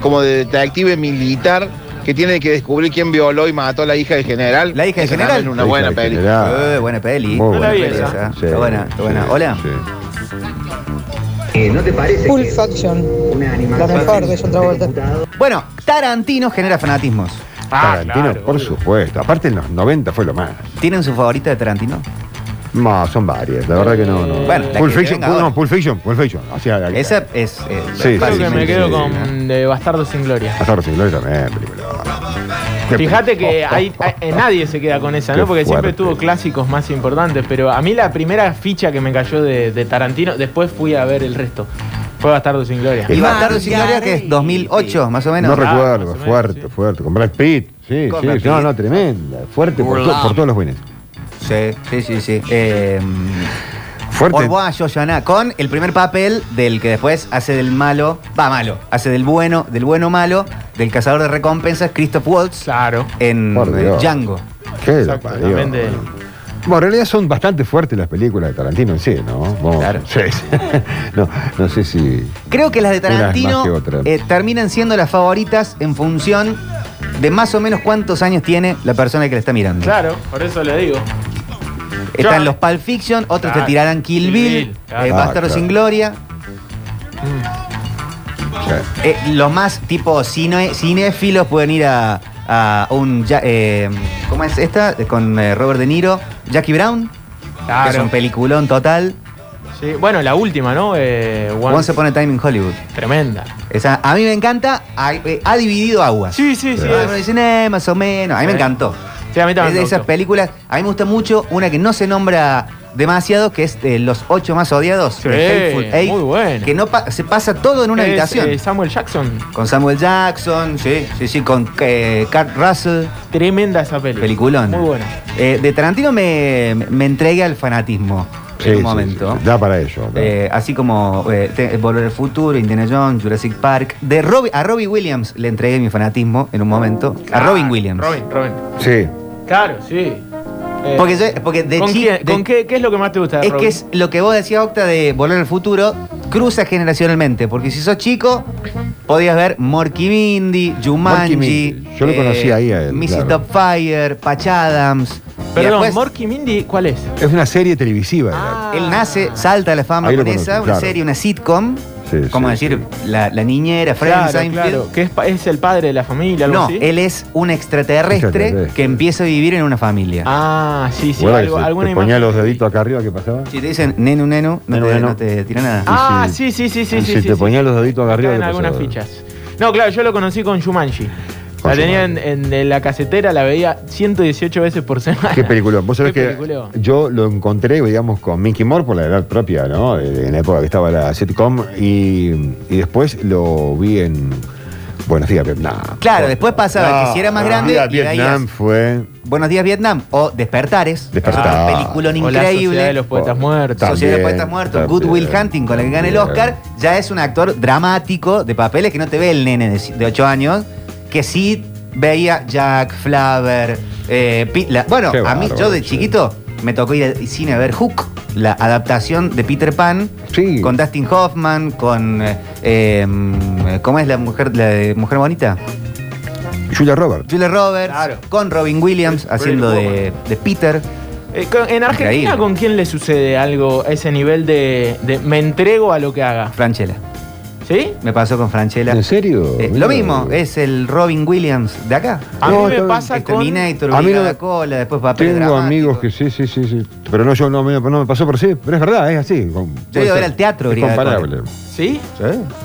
Speaker 7: como de detective militar que tiene que descubrir quién violó y mató a la hija del general.
Speaker 2: La hija del
Speaker 7: Esa
Speaker 2: general.
Speaker 7: también es una
Speaker 3: La
Speaker 7: buena
Speaker 3: hija del
Speaker 7: peli.
Speaker 3: general.
Speaker 2: Eh, buena peli.
Speaker 3: Muy
Speaker 2: buena
Speaker 4: buena
Speaker 2: peli
Speaker 4: peli
Speaker 2: esa.
Speaker 3: Sí,
Speaker 2: Está buena, está buena.
Speaker 3: sí,
Speaker 2: Hola.
Speaker 3: sí.
Speaker 8: Full Faction, la mejor de John Travolta.
Speaker 2: Bueno, Tarantino genera fanatismos.
Speaker 3: Tarantino,
Speaker 4: Ah, claro,
Speaker 3: por
Speaker 4: obvio.
Speaker 3: supuesto. Aparte en los 90 fue lo más.
Speaker 2: ¿Tienen su favorita de Tarantino?
Speaker 3: No, son varias, la verdad que no. no.
Speaker 2: Bueno, la
Speaker 3: Pulp
Speaker 2: que
Speaker 3: Fiction,
Speaker 2: venga
Speaker 3: Pulp-
Speaker 2: ahora.
Speaker 3: no, Pulp Fiction, Pulp Fiction. O sea, la-
Speaker 2: Esa es... eh,
Speaker 3: Sí,
Speaker 4: Creo
Speaker 2: fácil.
Speaker 4: que
Speaker 3: sí,
Speaker 4: me
Speaker 3: sí,
Speaker 4: quedo
Speaker 3: sí,
Speaker 4: con
Speaker 3: sí.
Speaker 4: eh, Bastardo sin Gloria.
Speaker 3: Hasta sin gloria también, película. Qué
Speaker 4: Fíjate
Speaker 3: película.
Speaker 4: que hay- hay- eh, nadie se queda con esa, ¿no?
Speaker 3: Qué
Speaker 4: Porque siempre
Speaker 3: fuerte.
Speaker 4: tuvo clásicos más importantes, pero a mí la primera ficha que me cayó de, de Tarantino, después fui a ver el resto, fue Bastardo sin Gloria.
Speaker 2: Y Bastardo sin Gloria, que es 2008, más o menos.
Speaker 3: No
Speaker 4: Ah,
Speaker 3: recuerdo,
Speaker 4: más o menos,
Speaker 3: fuerte,
Speaker 4: sí.
Speaker 3: fuerte. Con Brad Pitt. Sí,
Speaker 2: Con
Speaker 3: sí,
Speaker 2: Brad
Speaker 3: no,
Speaker 2: Pitt.
Speaker 3: no, tremenda. Fuerte por, to- por todos los buenos.
Speaker 2: Sí, sí, sí, sí. Eh,
Speaker 3: Fuerte.
Speaker 2: Orboa Yoyana, con el primer papel del que después hace del malo, va malo, hace del bueno, del bueno malo, del cazador de recompensas, Christoph Waltz,
Speaker 4: Claro.
Speaker 2: en eh,
Speaker 3: Por Dios.
Speaker 2: Django.
Speaker 3: Qué la parió.
Speaker 4: Exactamente.
Speaker 3: Bueno, en realidad son bastante fuertes las películas de Tarantino en sí, ¿no? Vamos,
Speaker 2: Claro.
Speaker 3: sí, sí. no, no sé si.
Speaker 2: Creo que las de
Speaker 3: Unas más que
Speaker 2: Tarantino
Speaker 3: otras.
Speaker 2: eh, terminan siendo las favoritas en función de más o menos cuántos años tiene la persona que la está mirando.
Speaker 4: Claro, por eso le digo.
Speaker 2: Están
Speaker 4: Yo-
Speaker 2: los Pulp Fiction, otros
Speaker 4: Claro.
Speaker 2: te tirarán Kill
Speaker 4: Kill
Speaker 2: Bill,
Speaker 4: Bill, claro.
Speaker 2: eh,
Speaker 3: Ah,
Speaker 2: Bastardos
Speaker 3: claro.
Speaker 2: sin Gloria. Eh, los más tipo cine, cinéfilos pueden ir a, a un. ya- eh, ¿Cómo es esta? Con eh, Robert De Niro, Jackie Brown.
Speaker 4: Claro.
Speaker 2: Que es un peliculón total.
Speaker 4: Sí, bueno, la última, ¿no? Eh, Once-
Speaker 2: Once Upon a Time in Hollywood.
Speaker 4: Tremenda.
Speaker 2: Esa, a mí me encanta. Ha, eh, ha dividido aguas.
Speaker 4: Sí, sí, sí.
Speaker 2: Algunos
Speaker 4: es-
Speaker 2: dicen, eh, más o menos. A mí me
Speaker 4: Sí.
Speaker 2: encantó.
Speaker 4: Sí, a mí
Speaker 2: Es
Speaker 4: también.
Speaker 2: de
Speaker 4: me
Speaker 2: esas
Speaker 4: gustó.
Speaker 2: películas. A mí me gusta mucho una que no se nombra demasiado, que es eh, Los Ocho Más Odiados.
Speaker 4: Sí,
Speaker 2: de Hateful Eight,
Speaker 4: muy buena.
Speaker 2: Que no pa- se pasa todo en una
Speaker 4: Es,
Speaker 2: habitación.
Speaker 4: eh, Samuel Jackson.
Speaker 2: Con Samuel Jackson, sí, sí, sí, con eh, Kurt Russell.
Speaker 4: Tremenda esa película.
Speaker 2: Peliculón.
Speaker 4: Muy buena.
Speaker 2: Eh, de Tarantino me, me entregué al fanatismo
Speaker 3: Sí,
Speaker 2: en
Speaker 3: sí,
Speaker 2: un momento.
Speaker 3: sí, da para ello. da.
Speaker 2: Eh, así como eh, te- Volver al Futuro, Indiana Jones, Jurassic Park. De Robbie- a Robbie Williams le entregué mi fanatismo en un momento.
Speaker 3: Ah,
Speaker 2: A Robin Williams.
Speaker 4: Ah, Robin, Robin.
Speaker 3: sí.
Speaker 4: Claro, sí. Eh,
Speaker 2: Porque, yo- porque de
Speaker 4: ¿Con,
Speaker 2: chi-
Speaker 4: quién-
Speaker 2: de-
Speaker 4: con qué, qué es lo que más te gusta de
Speaker 2: Es
Speaker 4: Robin?
Speaker 2: que es lo que vos decías, Octa, de Volver al Futuro, cruza generacionalmente. Porque si sos chico, podías ver Morky Mindy,
Speaker 3: Morky
Speaker 2: Jumanji.
Speaker 3: Mindy. Yo lo conocí ahí a él,
Speaker 2: Mrs.
Speaker 3: claro.
Speaker 2: Doubtfire, Patch Adams. Y
Speaker 4: Perdón,
Speaker 2: después,
Speaker 4: Morky Mindy, ¿cuál es?
Speaker 3: Es una serie televisiva. era.
Speaker 2: Ah. Él nace, salta a la fama
Speaker 3: Ahí lo
Speaker 2: con
Speaker 3: conocí,
Speaker 2: esa, una
Speaker 3: claro.
Speaker 2: serie, una sitcom.
Speaker 3: Sí,
Speaker 2: como
Speaker 3: sí,
Speaker 2: decir, La, la niñera, Fred
Speaker 4: Claro,
Speaker 2: Seinfeld.
Speaker 4: claro, que es, pa- es el padre de la familia, algo
Speaker 2: No,
Speaker 4: así.
Speaker 2: él es un extraterrestre,
Speaker 3: Extraterrestre.
Speaker 2: que empieza a vivir en una familia.
Speaker 4: Ah, sí, sí,
Speaker 3: Guarda que
Speaker 4: algo-
Speaker 3: se-
Speaker 4: alguna
Speaker 3: te ponía
Speaker 4: imagen
Speaker 3: los
Speaker 4: que vi.
Speaker 3: deditos acá arriba, ¿qué pasaba?
Speaker 2: Si te dicen nenu, nenu, no,
Speaker 3: Nenu,
Speaker 2: te,
Speaker 3: nenu.
Speaker 2: no te tira nada.
Speaker 4: Ah,
Speaker 3: sí.
Speaker 4: sí, sí, sí, sí,
Speaker 3: Si
Speaker 4: sí.
Speaker 3: te
Speaker 4: sí, sí.
Speaker 3: ponía los deditos acá
Speaker 4: Acá
Speaker 3: arriba,
Speaker 4: en
Speaker 3: ¿qué
Speaker 4: algunas
Speaker 3: pasaba?
Speaker 4: fichas. No, claro, yo lo conocí con Shumanji.
Speaker 3: Con
Speaker 4: La tenía en,
Speaker 3: Jumanji.
Speaker 4: en- en la casetera, la veía 118 veces por semana.
Speaker 3: Qué película. Vos sabés
Speaker 4: Qué
Speaker 3: que
Speaker 4: peliculón.
Speaker 3: yo lo encontré, digamos, con Mickey Moore por la edad propia, ¿no? Eh, En la época que estaba la sitcom y, y después lo vi en Buenos Días Vietnam.
Speaker 2: Claro, después pasaba
Speaker 3: No,
Speaker 2: que si era más
Speaker 3: Buenos
Speaker 2: grande,
Speaker 3: Días
Speaker 2: y veías-
Speaker 3: Ah, Vietnam fue
Speaker 2: Buenos días Vietnam o Despertares.
Speaker 3: Despertares.
Speaker 2: Otro peliculón
Speaker 4: O La Sociedad de
Speaker 2: increíble.
Speaker 4: los Poetas
Speaker 3: Oh,
Speaker 4: Muertos.
Speaker 3: también,
Speaker 2: Sociedad de Poetas Muertos, Good Will
Speaker 3: también.
Speaker 2: Hunting, con el que gana el
Speaker 3: Bien.
Speaker 2: Oscar, ya es un actor dramático de papeles que no te ve el nene de, 8 años, que sí veía Jack Flaver. eh, Pi- la- bueno,
Speaker 3: Qué
Speaker 2: a mí,
Speaker 3: bárbaro,
Speaker 2: yo de
Speaker 3: sí.
Speaker 2: chiquito me tocó ir al cine a ver Hook, la adaptación de Peter Pan,
Speaker 3: Sí.
Speaker 2: con Dustin Hoffman, con. eh, eh, ¿Cómo es la mujer, la de Mujer Bonita?
Speaker 3: Julia Roberts.
Speaker 2: Julia Roberts,
Speaker 4: Claro.
Speaker 2: con Robin Williams haciendo de, de Peter.
Speaker 4: Eh, con- en Argentina,
Speaker 2: Increíble.
Speaker 4: ¿con quién le sucede algo a ese nivel de, de me entrego a lo que haga?
Speaker 2: Franchella.
Speaker 4: ¿Sí?
Speaker 2: Me pasó con Franchella.
Speaker 3: ¿En serio?
Speaker 2: Eh, lo mismo, es el Robin Williams de acá. Eh,
Speaker 4: A
Speaker 3: No,
Speaker 4: mí me
Speaker 3: está bien.
Speaker 4: pasa con...
Speaker 2: Terminator,
Speaker 3: A mí
Speaker 2: Obligada
Speaker 3: no-
Speaker 2: a la cola, después papel
Speaker 3: Tengo amigos que sí, sí, sí, sí. Pero no, yo no me, no me pasó, pero sí, pero es verdad, es así. con-
Speaker 2: Yo he ido a ver al teatro,
Speaker 3: Es
Speaker 2: Brigada
Speaker 3: comparable.
Speaker 4: ¿Sí?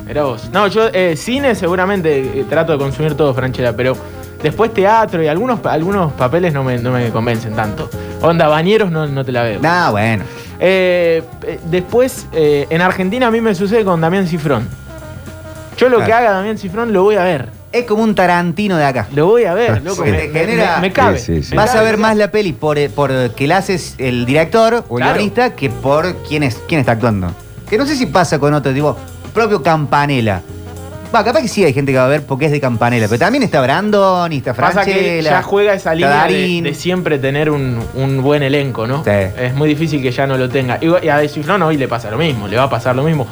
Speaker 4: Era vos. No, yo eh, cine seguramente eh, trato de consumir todo, Franchella, pero después teatro y algunos, pa- algunos papeles no me, no me convencen tanto. Onda, bañeros no, no te la veo.
Speaker 2: No, bueno.
Speaker 4: Eh, eh, después, eh, en Argentina a mí me sucede con Damián Cifrón. Yo lo
Speaker 2: Claro.
Speaker 4: que haga Damián Cifrón lo voy a ver.
Speaker 2: Es como un Tarantino de acá.
Speaker 4: Lo voy a ver, loco.
Speaker 2: Ah, Sí.
Speaker 4: Me,
Speaker 2: Te genera-
Speaker 4: me- me cabe.
Speaker 3: Sí, sí, sí.
Speaker 4: Me
Speaker 2: Vas a
Speaker 4: cabe.
Speaker 2: ver más la peli por, eh, por que la haces el director o el
Speaker 4: Claro.
Speaker 2: guionista que por quién, es, quién está actuando. Que no sé si pasa con otro, tipo, propio Campanella. Va, capaz que sí hay gente que va a ver porque es de Campanella, pero también está Brandon y está
Speaker 4: Pasa
Speaker 2: Franchella.
Speaker 4: que ya juega esa línea de,
Speaker 2: Darín.
Speaker 4: de siempre tener un, un buen elenco, ¿no?
Speaker 2: Sí.
Speaker 4: Es muy difícil que ya no lo tenga. Y, y a De Cifrón hoy le pasa lo mismo, le va a pasar lo mismo.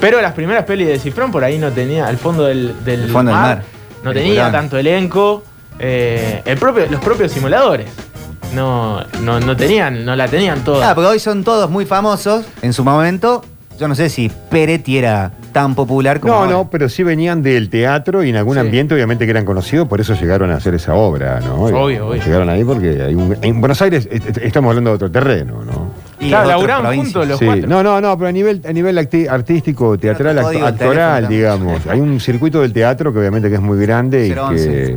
Speaker 4: Pero las primeras pelis de Cifrón por ahí no tenía, al fondo del, del
Speaker 2: El fondo del mar.
Speaker 4: no
Speaker 2: El
Speaker 4: tenía
Speaker 2: Colón.
Speaker 4: tanto elenco. eh, el propio, los propios simuladores no, no, no tenían, no la tenían toda.
Speaker 2: Ah, porque hoy son todos muy famosos. En su momento, yo no sé si Peretti era tan popular como.
Speaker 3: No,
Speaker 2: ahora.
Speaker 3: no, pero sí venían del teatro y en algún
Speaker 4: Sí.
Speaker 3: ambiente obviamente que eran conocidos, por eso llegaron a hacer esa obra, ¿no?
Speaker 4: Obvio, obvio.
Speaker 3: Llegaron ahí porque hay un- en Buenos Aires est- est- estamos hablando de otro terreno, ¿no?
Speaker 2: Y
Speaker 4: Claro,
Speaker 2: otras
Speaker 4: laburaban
Speaker 2: provincias.
Speaker 4: juntos los
Speaker 3: Sí.
Speaker 4: cuatro.
Speaker 3: No, no, no, pero a nivel, a nivel acti- artístico, teatral, act-
Speaker 2: código, el
Speaker 3: actoral,
Speaker 2: teléfono también.
Speaker 3: digamos. Hay un circuito del teatro que obviamente que es muy grande y
Speaker 2: 011.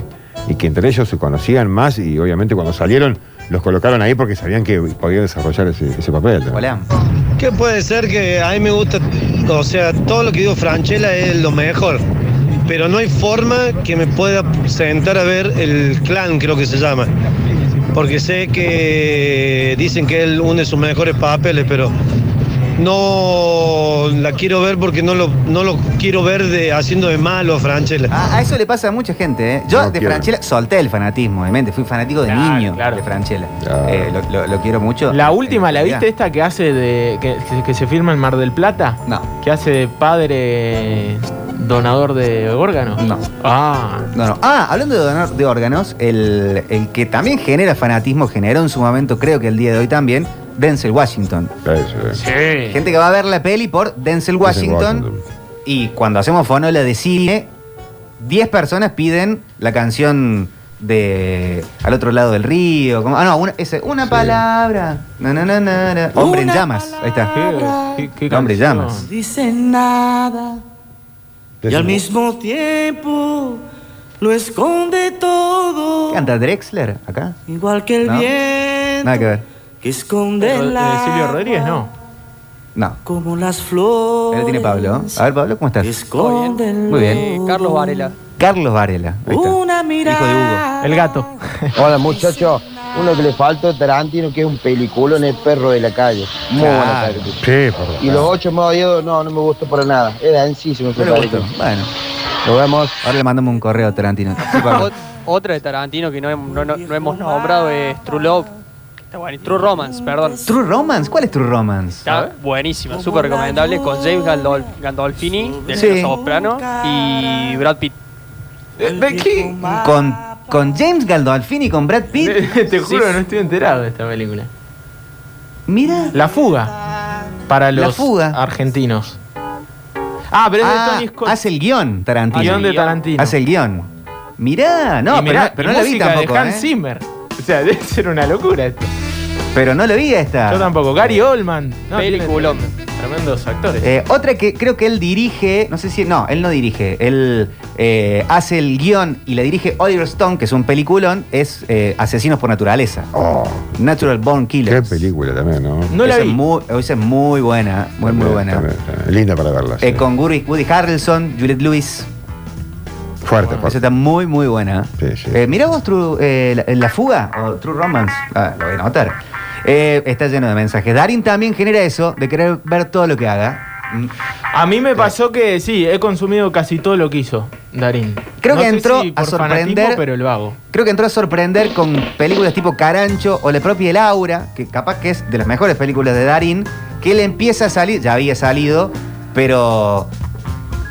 Speaker 3: que, y que entre ellos se conocían más y obviamente cuando salieron los colocaron ahí porque sabían que podían desarrollar ese, ese papel. ¿no?
Speaker 2: Hola.
Speaker 9: ¿Qué puede ser que a mí me gusta? O sea, todo lo que digo Franchella es lo mejor. Pero no hay forma que me pueda sentar a ver el clan, creo que se llama. Porque sé que dicen que él uno de sus mejores papeles, pero no la quiero ver porque no lo, no lo quiero ver de, haciendo de malo a Franchella.
Speaker 2: A, a eso le pasa a mucha gente, ¿eh? Yo
Speaker 3: No
Speaker 2: de
Speaker 3: quiero.
Speaker 2: Franchella solté el fanatismo, obviamente. Fui fanático de
Speaker 4: Claro,
Speaker 2: niño
Speaker 4: claro.
Speaker 2: de Franchella.
Speaker 3: Claro.
Speaker 2: Eh, lo, lo- lo quiero mucho. Eh,
Speaker 4: La última,
Speaker 2: En
Speaker 4: ¿la
Speaker 2: realidad.
Speaker 4: viste esta que hace de. que, que- que se firma en Mar del Plata?
Speaker 2: No.
Speaker 4: Que hace de padre donador de órganos?
Speaker 2: No.
Speaker 4: Ah.
Speaker 2: No, no. Ah, hablando de donar de órganos, el, el que también genera fanatismo, generó en su momento, creo que el día de hoy también, Denzel Washington.
Speaker 3: eh.
Speaker 4: Sí.
Speaker 2: Gente que va a ver la peli por Denzel Washington.
Speaker 3: Washington.
Speaker 2: Y cuando hacemos fonola de cine, 10 personas piden la canción de Al otro lado del río. como- ah, no, una, ese, una
Speaker 3: Sí.
Speaker 2: palabra. Na, na, na, na, na. Hombre en llamas. Ahí está.
Speaker 4: ¿Qué, qué
Speaker 2: Hombre,
Speaker 4: canción.
Speaker 2: llamas.
Speaker 5: Dice nada y al mismo tiempo lo esconde todo.
Speaker 2: ¿Canta Drexler acá?
Speaker 5: Igual que el
Speaker 2: No.
Speaker 5: viento
Speaker 2: Nada que ver.
Speaker 5: que esconde
Speaker 4: Pero,
Speaker 5: el
Speaker 4: eh, Silvio
Speaker 5: agua,
Speaker 4: Rodríguez, no.
Speaker 2: No.
Speaker 5: Como las flores.
Speaker 2: Ahí lo tiene Pablo. A ver, Pablo, ¿cómo estás?
Speaker 5: Esconden
Speaker 2: Muy bien.
Speaker 10: Carlos Varela.
Speaker 2: Carlos Varela. Ahí está.
Speaker 11: Uh,
Speaker 5: Una mirada.
Speaker 2: Hijo de Hugo.
Speaker 4: El gato.
Speaker 12: Hola muchachos, uno que le falta a Tarantino que es un peliculón es Perro de la Calle. Muy buena
Speaker 2: Claro.
Speaker 12: película.
Speaker 3: Sí, por
Speaker 12: Y los ocho más odiados, no, no me gustó para nada. Era en sí, se me
Speaker 2: No
Speaker 12: fue
Speaker 2: le gustó.
Speaker 12: parecido.
Speaker 2: Bueno,
Speaker 12: Nos vemos.
Speaker 2: ahora le mandamos un correo a Tarantino. Sí, Pablo.
Speaker 10: Ot- otra de Tarantino que no, hem- no- no- no hemos nombrado es True Love. Está bueno, True Romance, perdón.
Speaker 2: True Romance, ¿cuál es True Romance?
Speaker 10: Está buenísima, súper recomendable con James Gandol- Gandolfini del
Speaker 2: Sí.
Speaker 10: Los Soprano y Brad Pitt.
Speaker 4: Eh,
Speaker 2: Con, con James Gandolfini y con Brad Pitt.
Speaker 4: Te juro que no estoy enterado de esta película.
Speaker 2: Mira.
Speaker 4: La fuga. Para
Speaker 2: La
Speaker 4: los
Speaker 2: fuga.
Speaker 4: argentinos. Ah, pero es
Speaker 2: Ah,
Speaker 4: de Tony Scott.
Speaker 2: hace el guión, Tarantino.
Speaker 4: guión de
Speaker 10: guión.
Speaker 4: Tarantino.
Speaker 2: Hace el guión. Mirá, no,
Speaker 4: Y mirá,
Speaker 2: pero, pero
Speaker 4: y
Speaker 2: no la vi
Speaker 4: música
Speaker 2: tampoco.
Speaker 4: de Hans
Speaker 2: ¿eh?
Speaker 4: Zimmer. O sea, debe ser una locura esto.
Speaker 2: Pero no la vi esta.
Speaker 4: Yo tampoco. Gary Oldman. No,
Speaker 10: Peliculón.
Speaker 4: tiene Tremendos actores.
Speaker 2: Eh, otra que creo que él dirige, no sé si. No, él no dirige. Él eh, hace el guión y la dirige Oliver Stone, que es un peliculón, es eh, Asesinos por Naturaleza.
Speaker 3: Oh,
Speaker 2: Natural Born
Speaker 3: qué
Speaker 2: Killers.
Speaker 3: película también, ¿no?
Speaker 4: no la
Speaker 2: Esa es
Speaker 4: vi.
Speaker 2: muy- esa es muy buena, muy, muy
Speaker 3: También,
Speaker 2: buena.
Speaker 3: también, también. Linda para verla. sí.
Speaker 2: Eh, con Woody, Woody Harrelson, Juliette Lewis.
Speaker 3: Fuerte,
Speaker 2: Esa
Speaker 3: fuerte.
Speaker 2: está muy, muy buena.
Speaker 3: Sí, sí.
Speaker 2: Eh, mirá vos True, eh, la, La fuga o True Romance. Ah, lo voy a notar. Eh, está lleno de mensajes. Darin también genera eso de querer ver todo lo que haga. Mm.
Speaker 4: A mí me pasó que sí, he consumido casi todo lo que hizo Darín.
Speaker 2: Creo
Speaker 4: No
Speaker 2: que
Speaker 4: sé
Speaker 2: entró
Speaker 4: si
Speaker 2: a
Speaker 4: por
Speaker 2: sorprender-
Speaker 4: fanatismo, pero lo hago.
Speaker 2: Creo que entró a sorprender con películas tipo Carancho o la propia El Aura, que capaz que es de las mejores películas de Darín, que él empieza a salir, ya había salido, pero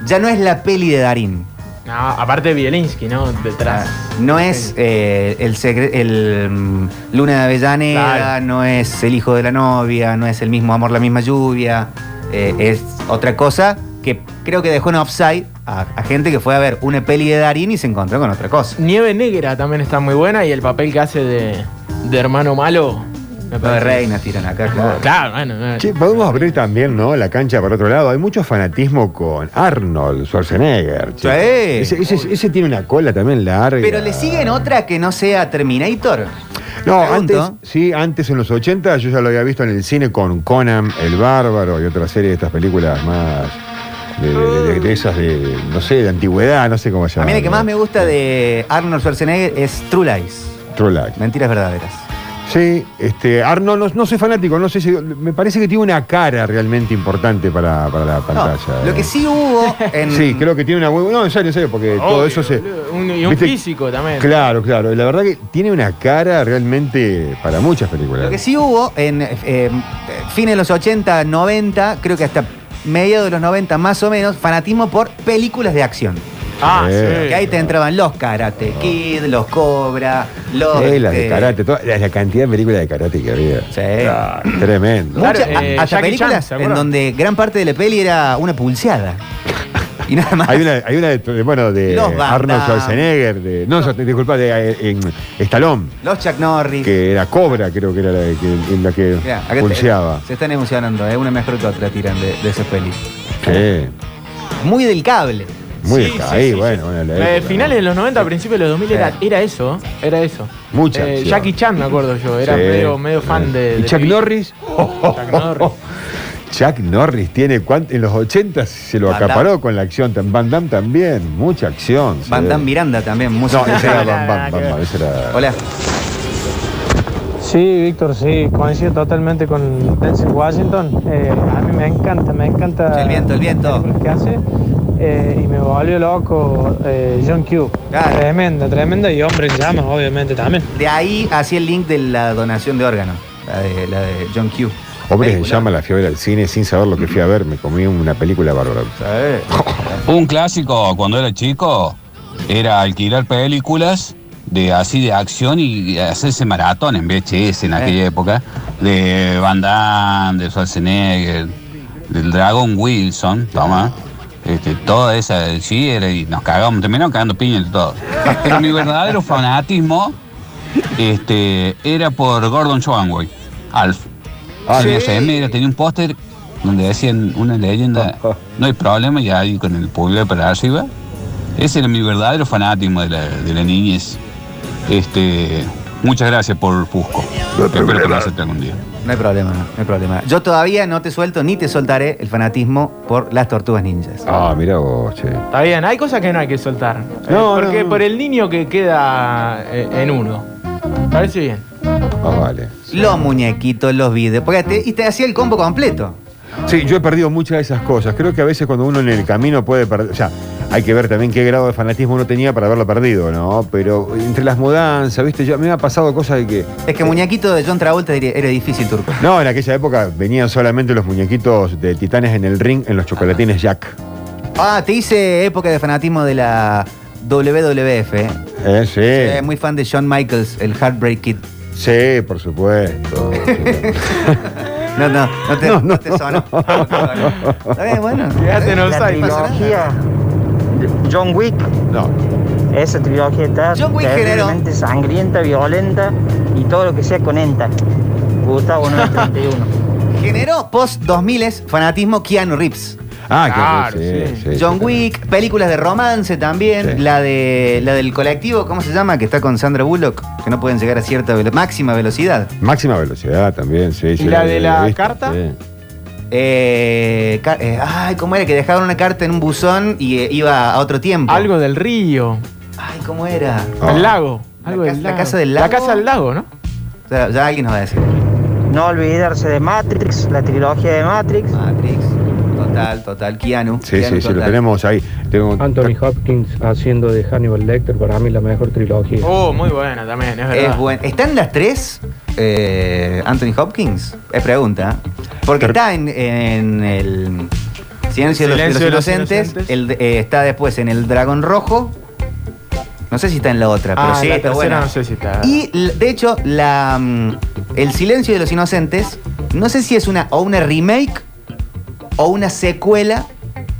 Speaker 2: ya no es la peli de Darín.
Speaker 4: No, aparte de Bielinski, ¿no? Detrás.
Speaker 2: Ah, No es eh, el, secre- el mm, Luna de Avellaneda,
Speaker 4: Claro.
Speaker 2: no es el hijo de la novia, no es el mismo amor, la misma lluvia. eh, es otra cosa que creo que dejó en offside a, a gente que fue a ver una peli de Darín y se encontró con otra cosa.
Speaker 4: Nieve Negra también está muy buena y el papel que hace de, de hermano malo.
Speaker 2: Lo de
Speaker 4: Me parece-
Speaker 2: Reina tiran acá, claro.
Speaker 4: Claro, Claro, bueno. eh. no.
Speaker 3: Che, podemos abrir también, ¿no? La cancha para otro lado. Hay mucho fanatismo con Arnold Schwarzenegger. che.
Speaker 2: Sí.
Speaker 3: Ese, ese- ese tiene una cola también larga.
Speaker 2: Pero le siguen otra que no sea Terminator.
Speaker 3: No,
Speaker 2: Pregunto.
Speaker 3: antes, sí, antes en los 80 yo ya lo había visto en el cine con Conan el Bárbaro y otra serie de estas películas más de, de- de- de esas de, no sé, de antigüedad, no sé cómo se
Speaker 2: A
Speaker 3: llama.
Speaker 2: mí la que más me gusta de Arnold Schwarzenegger es True Lies.
Speaker 3: True Lies.
Speaker 2: Mentiras verdaderas.
Speaker 3: Sí, este, Arnold, no, no soy fanático, no sé si, me parece que tiene una cara realmente importante para, para la
Speaker 2: No,
Speaker 3: pantalla. eh.
Speaker 2: lo que sí hubo en.
Speaker 3: Sí, creo que tiene una buena. No, en serio, en serio, porque todo
Speaker 4: Obvio,
Speaker 3: eso se.
Speaker 4: boludo. Un- y un
Speaker 3: ¿viste?
Speaker 4: físico también.
Speaker 3: Claro, claro. La verdad que tiene una cara realmente para muchas películas.
Speaker 2: Lo que sí hubo en eh, eh, fines de los 80, 90, creo que hasta mediados de los 90 más o menos, fanatismo por películas de acción.
Speaker 4: Ah,
Speaker 3: Eh,
Speaker 4: sí.
Speaker 2: Que ahí te entraban los Karate Kid, los Cobra, los...
Speaker 3: Eh, las de
Speaker 2: eh,
Speaker 3: karate, toda- la, la cantidad de películas de karate que había.
Speaker 2: Sí.
Speaker 3: Ah, tremendo.
Speaker 2: Mucha-
Speaker 4: Claro, eh,
Speaker 2: a- hasta
Speaker 4: Jackie Chan,
Speaker 2: películas
Speaker 4: ¿se
Speaker 2: en
Speaker 4: acuerdan?
Speaker 2: donde gran parte de la peli era una pulseada. Y nada más.
Speaker 3: Hay una, hay una de, de- bueno, de
Speaker 2: Los Van
Speaker 3: Arnold
Speaker 2: Damme.
Speaker 3: Schwarzenegger, de, no, disculpa, de eh, en Stallone,
Speaker 2: Los Chuck Norris.
Speaker 3: que era Cobra, creo que era la que, en la que
Speaker 2: Mirá, acá te-
Speaker 3: pulseaba.
Speaker 2: se están emocionando, es una mejor que otra tiran de, de esas pelis.
Speaker 3: Sí,
Speaker 2: Muy del cable.
Speaker 3: muy
Speaker 4: Sí,
Speaker 3: acá.
Speaker 4: sí,
Speaker 3: ahí,
Speaker 4: sí,
Speaker 3: bueno, bueno, la
Speaker 4: Eh,
Speaker 3: época,
Speaker 4: finales de
Speaker 3: ¿no?
Speaker 4: los 90, principios de los 2000 era,
Speaker 2: Sí.
Speaker 4: era eso, era eso.
Speaker 3: Mucha
Speaker 4: Eh,
Speaker 3: acción.
Speaker 4: Jackie Chan, me acuerdo yo, era
Speaker 3: Sí.
Speaker 4: medio, medio fan de.
Speaker 3: ¿Y
Speaker 4: de
Speaker 3: Chuck
Speaker 4: TV.
Speaker 3: Norris?
Speaker 4: Chuck Norris.
Speaker 3: Chuck Norris tiene cuánto- en los 80 se lo
Speaker 2: Van Damme.
Speaker 3: acaparó con la acción. tam- Van Damme también, mucha acción. sí.
Speaker 2: Van Damme Miranda también, música.
Speaker 3: No, ese era Van Damme, Van Damme, ese era-
Speaker 2: Hola.
Speaker 8: Sí, Víctor, sí, coincido totalmente con Denzel Washington. Eh, a mí me encanta, me encanta.
Speaker 2: El viento, el viento.
Speaker 8: las películas que hace. Eh, y me volvió loco eh, John Q.
Speaker 2: Claro.
Speaker 8: Tremenda, tremenda. Y hombre en llamas, obviamente, también.
Speaker 2: De ahí hacía el link de la donación de órganos, la de, la de John Q.
Speaker 3: Hombres en llama la fiebre al cine sin saber lo que fui a ver. Me comí una película bárbara.
Speaker 11: Un clásico cuando era chico era alquilar películas de así de acción y hacerse maratón en VHS en aquella época de Van Damme, de Schwarzenegger, del Dragon Wilson, toma. Este, toda esa, sí, era, y nos cagamos, terminamos cagando piña y todo. Pero mi verdadero fanatismo este, era por Gordon Shumway, Alf.
Speaker 3: Ah,
Speaker 11: Tenía
Speaker 3: sí.
Speaker 11: esa remera, tenía un póster donde decían una leyenda, no hay problema, ya ahí con el pueblo para arriba. Ese era mi verdadero fanatismo de la, de la niñez. Este, muchas gracias por Fusco. Espero que lo acepte algún día.
Speaker 2: No hay problema, no hay problema. Yo todavía no te suelto ni te soltaré el fanatismo por las tortugas ninjas.
Speaker 3: Ah, mira vos, che.
Speaker 4: Está bien, hay cosas que no hay que soltar. Eh,
Speaker 2: No,
Speaker 4: porque
Speaker 2: no, no.
Speaker 4: por el niño que queda eh, en uno. Parece bien.
Speaker 3: Ah, vale.
Speaker 2: Los muñequitos, los videos. Porque te- y te hacía el combo completo.
Speaker 3: Sí, yo he perdido muchas de esas cosas. Creo que a veces cuando uno en el camino puede perder. O sea, hay que ver también qué grado de fanatismo uno tenía para haberlo perdido, ¿no? Pero entre las mudanzas, ¿viste? Yo, me ha pasado cosas de que.
Speaker 2: Es que muñequito de John Travolta diría, era difícil turco.
Speaker 3: No, en aquella época venían solamente los muñequitos de titanes en el ring en los chocolatines Jack.
Speaker 2: Ah, te hice época de fanatismo de la WWF. ¿eh?
Speaker 3: Eh,
Speaker 2: Eh,
Speaker 3: sí.
Speaker 2: muy fan de Shawn Michaels, el Heartbreak Kid.
Speaker 3: Sí, por supuesto.
Speaker 2: No, no, no te, no, te sonó. Está bien, bueno.
Speaker 4: Quédate en offside.
Speaker 2: trilogía.
Speaker 13: John Wick.
Speaker 3: No.
Speaker 13: Esa trilogía está
Speaker 2: John Wick
Speaker 13: terriblemente sangrienta, violenta y todo lo que sea con ENTA. Gustavo 931.
Speaker 2: Generó post 2000 es fanatismo Keanu Reeves.
Speaker 3: Ah, que sí, sí, sí.
Speaker 2: John Wick, películas de romance también, la de la del colectivo, ¿cómo se llama? Que está con Sandra Bullock, que no pueden llegar a cierta velo- máxima velocidad.
Speaker 3: Máxima velocidad también, sí. sí,
Speaker 2: la de la
Speaker 3: he visto,
Speaker 2: carta?
Speaker 3: sí.
Speaker 2: Eh, ca- eh, ay, ¿cómo era? Que dejaban una carta en un buzón y eh, iba a otro tiempo.
Speaker 4: Algo del río.
Speaker 2: Ay, ¿cómo era?
Speaker 4: El lago. Algo
Speaker 2: Ah. La
Speaker 4: del
Speaker 2: casa- la
Speaker 4: lago.
Speaker 2: casa del
Speaker 4: La
Speaker 2: lago.
Speaker 4: casa del lago, ¿no?
Speaker 2: O sea, ya alguien nos va a decir.
Speaker 13: No olvidarse de Matrix, la trilogía de Matrix.
Speaker 2: Matrix, total, total, Keanu.
Speaker 3: Sí, sí, sí, lo tenemos ahí. Tengo-
Speaker 14: Anthony Hopkins haciendo de Hannibal Lecter, para mí la mejor trilogía.
Speaker 4: Oh, muy buena también, es verdad.
Speaker 2: Es buen- ¿Están las tres? eh, Anthony Hopkins. Es pregunta. ¿eh? Porque está en, en el Silencio, de los- de los,
Speaker 4: Silencio de los
Speaker 2: Inocentes.
Speaker 4: Inocentes.
Speaker 2: el de- eh, está después en el Dragón Rojo. No sé si está en la otra, pero
Speaker 4: Ah,
Speaker 2: sí,
Speaker 4: la
Speaker 2: está
Speaker 4: tercera
Speaker 2: buena.
Speaker 4: no sé si está.
Speaker 2: Y l- de hecho, la, mm, el Silencio de los Inocentes, no sé si es una o una remake o una secuela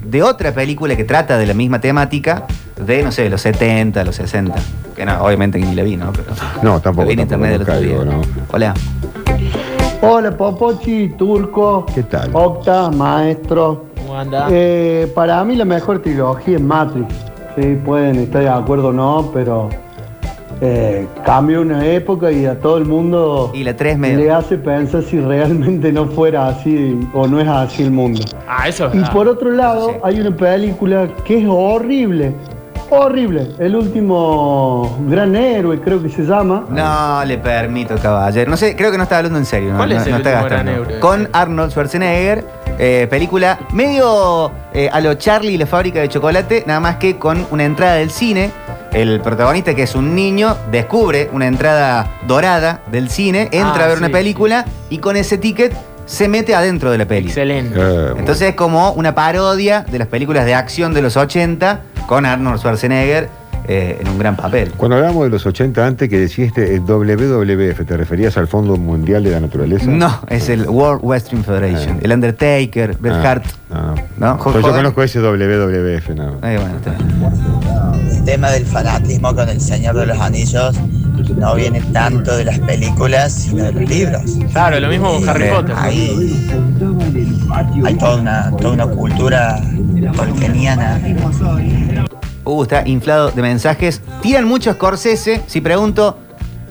Speaker 2: de otra película que trata de la misma temática de, no sé, de los 70, los 60. Que no, obviamente que ni la vi, ¿no? Pero
Speaker 3: No, tampoco.
Speaker 2: Lo vi en
Speaker 3: tampoco,
Speaker 2: internet
Speaker 3: no
Speaker 2: el otro
Speaker 3: caigo,
Speaker 2: día.
Speaker 3: ¿no?
Speaker 2: Hola.
Speaker 15: Hola Popochi, Turco,
Speaker 3: ¿Qué tal?
Speaker 15: Octa, Maestro.
Speaker 4: ¿Cómo anda?
Speaker 15: Eh, para mí la mejor trilogía es Matrix. Sí, pueden estar de acuerdo o no, pero eh, cambió una época y a todo el mundo
Speaker 2: y la tres
Speaker 15: le hace pensar si realmente no fuera así o no es así el mundo.
Speaker 4: Ah, eso es
Speaker 15: Y
Speaker 4: verdad.
Speaker 15: por otro lado, hay una película que es horrible. Horrible. El último gran héroe, creo que se llama.
Speaker 2: No le permito, caballero. No sé, creo que no está hablando en serio. No,
Speaker 15: ¿Cuál
Speaker 2: no-
Speaker 15: es el
Speaker 2: no está
Speaker 15: último
Speaker 2: gastando.
Speaker 15: gran euro?
Speaker 2: Con Arnold Schwarzenegger, eh, película medio eh, a lo Charlie y la fábrica de chocolate, nada más que con una entrada del cine. El protagonista, que es un niño, descubre una entrada dorada del cine, entra
Speaker 4: Ah,
Speaker 2: a ver una
Speaker 4: sí,
Speaker 2: película y con ese ticket se mete adentro de la peli.
Speaker 4: Excelente.
Speaker 2: Eh.
Speaker 3: eh,
Speaker 2: Entonces es como una parodia de las películas de acción de los 80 con Arnold Schwarzenegger eh, en un gran papel.
Speaker 3: Cuando hablábamos de los 80 antes que este, eh, deciste el WWF, ¿te referías al Fondo Mundial de la Naturaleza?
Speaker 2: No, es el World Wrestling Federation. El Undertaker, Bret
Speaker 3: Ah,
Speaker 2: Hart.
Speaker 3: No,
Speaker 2: ¿No?
Speaker 3: Yo, yo
Speaker 2: Joder.
Speaker 3: conozco ese WWF, no.
Speaker 2: Ahí, bueno, está.
Speaker 16: El tema del fanatismo con el Señor de los Anillos no viene tanto de las películas, sino de los libros.
Speaker 4: Claro, lo mismo con Harry
Speaker 16: Eh,
Speaker 4: Potter.
Speaker 16: Ahí hay toda una, toda una cultura tolkieniana.
Speaker 2: Uh, está inflado de mensajes. Tiran mucho Scorsese. Si pregunto,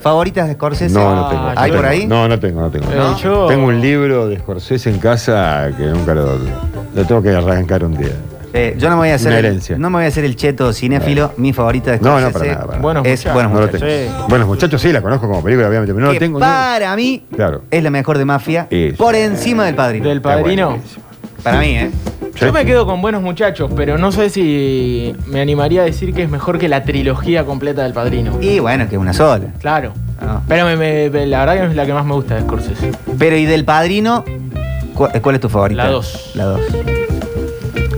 Speaker 2: ¿favoritas de Scorsese? Ah,
Speaker 3: No, no tengo. no
Speaker 2: ¿Hay
Speaker 3: tengo.
Speaker 2: por ahí?
Speaker 3: No, no tengo, no tengo.
Speaker 2: Eh,
Speaker 3: No.
Speaker 2: yo-
Speaker 3: Tengo un libro de Scorsese en casa que nunca lo, lo tengo que arrancar un día.
Speaker 2: Eh, yo no me voy a hacer
Speaker 3: Una herencia.
Speaker 2: el, no me voy a hacer el cheto cinéfilo. Mi favorita de
Speaker 3: No,
Speaker 2: Scorsese
Speaker 3: no, para nada. para nada.
Speaker 2: es Buenos
Speaker 3: No lo
Speaker 2: Ah, Muchachos.
Speaker 3: tengo. Buenos muchachos, sí, la conozco como película, obviamente, pero no
Speaker 2: Que
Speaker 3: lo tengo. no-
Speaker 2: para mí
Speaker 3: Claro.
Speaker 2: es la mejor de Mafia.
Speaker 3: Eso.
Speaker 2: Por encima del Padrino.
Speaker 4: Del Padrino.
Speaker 2: Para mí, ¿eh?
Speaker 4: Yo me quedo con buenos muchachos, pero no sé si me animaría a decir que es mejor que la trilogía completa del padrino.
Speaker 2: Y bueno, que es una sola.
Speaker 4: Claro.
Speaker 2: Ah.
Speaker 4: Pero me- me- la verdad que es la que más me gusta de Scorsese.
Speaker 2: Pero y del Padrino, ¿Cu- eh, ¿Cuál es tu favorita?
Speaker 4: La dos.
Speaker 2: La 2.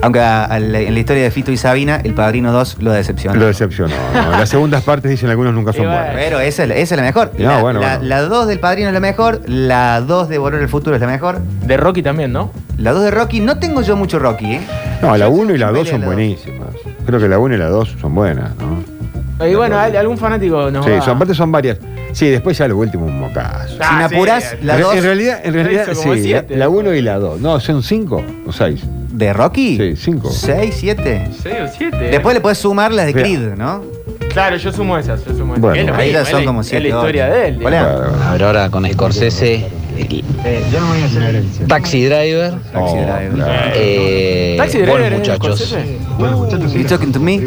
Speaker 2: Aunque a- a la- en la historia de Fito y Sabina, el Padrino 2 lo decepciona.
Speaker 3: Lo decepcionó. no, Las segundas partes dicen algunos nunca son buenas.
Speaker 2: Pero esa es, la- esa es la mejor.
Speaker 3: No,
Speaker 2: la,
Speaker 3: bueno,
Speaker 2: la-
Speaker 3: bueno.
Speaker 2: la 2 del Padrino es la mejor, la 2 de Volver al Futuro es la mejor.
Speaker 4: De Rocky también, ¿no?
Speaker 2: La 2 de Rocky, no tengo yo mucho Rocky, ¿eh?
Speaker 3: No, la 1 y la 2
Speaker 2: Pelea
Speaker 3: son
Speaker 2: la
Speaker 3: buenísimas. Creo que la 1 y la 2 son buenas, ¿no?
Speaker 4: Y bueno, al- algún fanático nos
Speaker 3: sí,
Speaker 4: va-
Speaker 3: son, aparte son varias. Sí, después ya lo último un mocazo.
Speaker 4: Ah,
Speaker 2: Sin apurás,
Speaker 4: sí.
Speaker 2: la
Speaker 3: Pero
Speaker 2: 2.
Speaker 3: En realidad, en realidad,
Speaker 2: Hizo como
Speaker 3: sí.
Speaker 2: siete.
Speaker 3: La 1 y la 2. No, son 5 o 6.
Speaker 2: ¿De Rocky?
Speaker 3: Sí, 5.
Speaker 2: 6, 7.
Speaker 4: Seis o siete.
Speaker 2: Después le puedes sumar las de
Speaker 3: Mira.
Speaker 2: Creed, ¿no?
Speaker 4: Claro, yo sumo esas, yo sumo esas.
Speaker 3: Bueno,
Speaker 4: Es lo
Speaker 2: ahí ya
Speaker 4: mismo,
Speaker 2: son
Speaker 4: es la-
Speaker 2: como siete,
Speaker 4: Es la historia
Speaker 2: ocho.
Speaker 4: de él.
Speaker 2: Hola.
Speaker 17: Aurora con Scorsese.
Speaker 4: Yo no voy a hacer
Speaker 17: Taxi Driver.
Speaker 3: Oh,
Speaker 2: Taxi Driver.
Speaker 17: Eh,
Speaker 4: Taxi Driver
Speaker 17: Buen
Speaker 4: es de
Speaker 17: muchachos.
Speaker 4: Scorsese.
Speaker 2: You talking to me?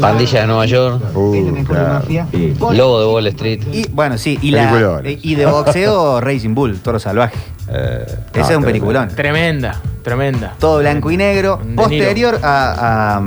Speaker 17: Pandilla de Nueva York.
Speaker 3: Uh,
Speaker 17: Lobo de Wall Street.
Speaker 2: Y bueno, sí, y, la,
Speaker 17: Peliculones.
Speaker 2: y de boxeo Racing Bull, Toro Salvaje.
Speaker 3: Ah,
Speaker 2: Ese es un peliculón.
Speaker 4: Tremenda, tremenda.
Speaker 2: Todo blanco y negro.
Speaker 4: De Niro.
Speaker 2: Posterior a,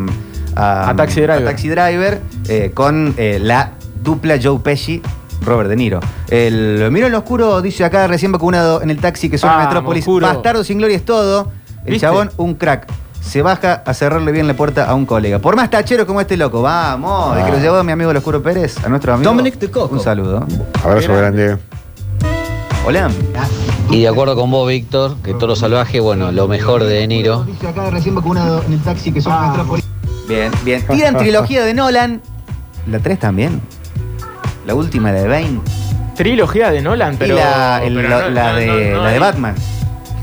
Speaker 2: a,
Speaker 4: A Taxi Driver.
Speaker 2: a Taxi Driver, eh, con eh, la dupla Joe Pesci. Robert De Niro. El Miro en lo Oscuro dice acá, recién vacunado en el taxi que suena a
Speaker 4: Vamos,
Speaker 2: Metrópolis.
Speaker 4: oscuro.
Speaker 2: Bastardo sin gloria es todo. El
Speaker 4: ¿Viste?
Speaker 2: chabón, un crack. Se baja a cerrarle bien la puerta a un colega. Por más tachero como este loco. Vamos,
Speaker 4: Ah.
Speaker 2: el que lo llevó a mi amigo el Oscuro Pérez, a nuestro amigo.
Speaker 17: Dominic
Speaker 2: de Coco. Un saludo.
Speaker 3: Abrazo grande.
Speaker 2: Hola.
Speaker 17: Y de acuerdo con vos, Víctor, que Toro Salvaje, bueno, lo mejor de De Niro.
Speaker 2: acá recién vacunado en el taxi que suena Bien, bien. Tiran trilogía de Nolan. La 3 también. La última, la de Bane.
Speaker 4: Trilogía de Nolan, pero.
Speaker 2: y la, el-
Speaker 4: pero
Speaker 2: la-
Speaker 4: no-
Speaker 2: la
Speaker 4: no-
Speaker 2: de,
Speaker 4: no- no
Speaker 2: la de
Speaker 4: hay-
Speaker 2: Batman.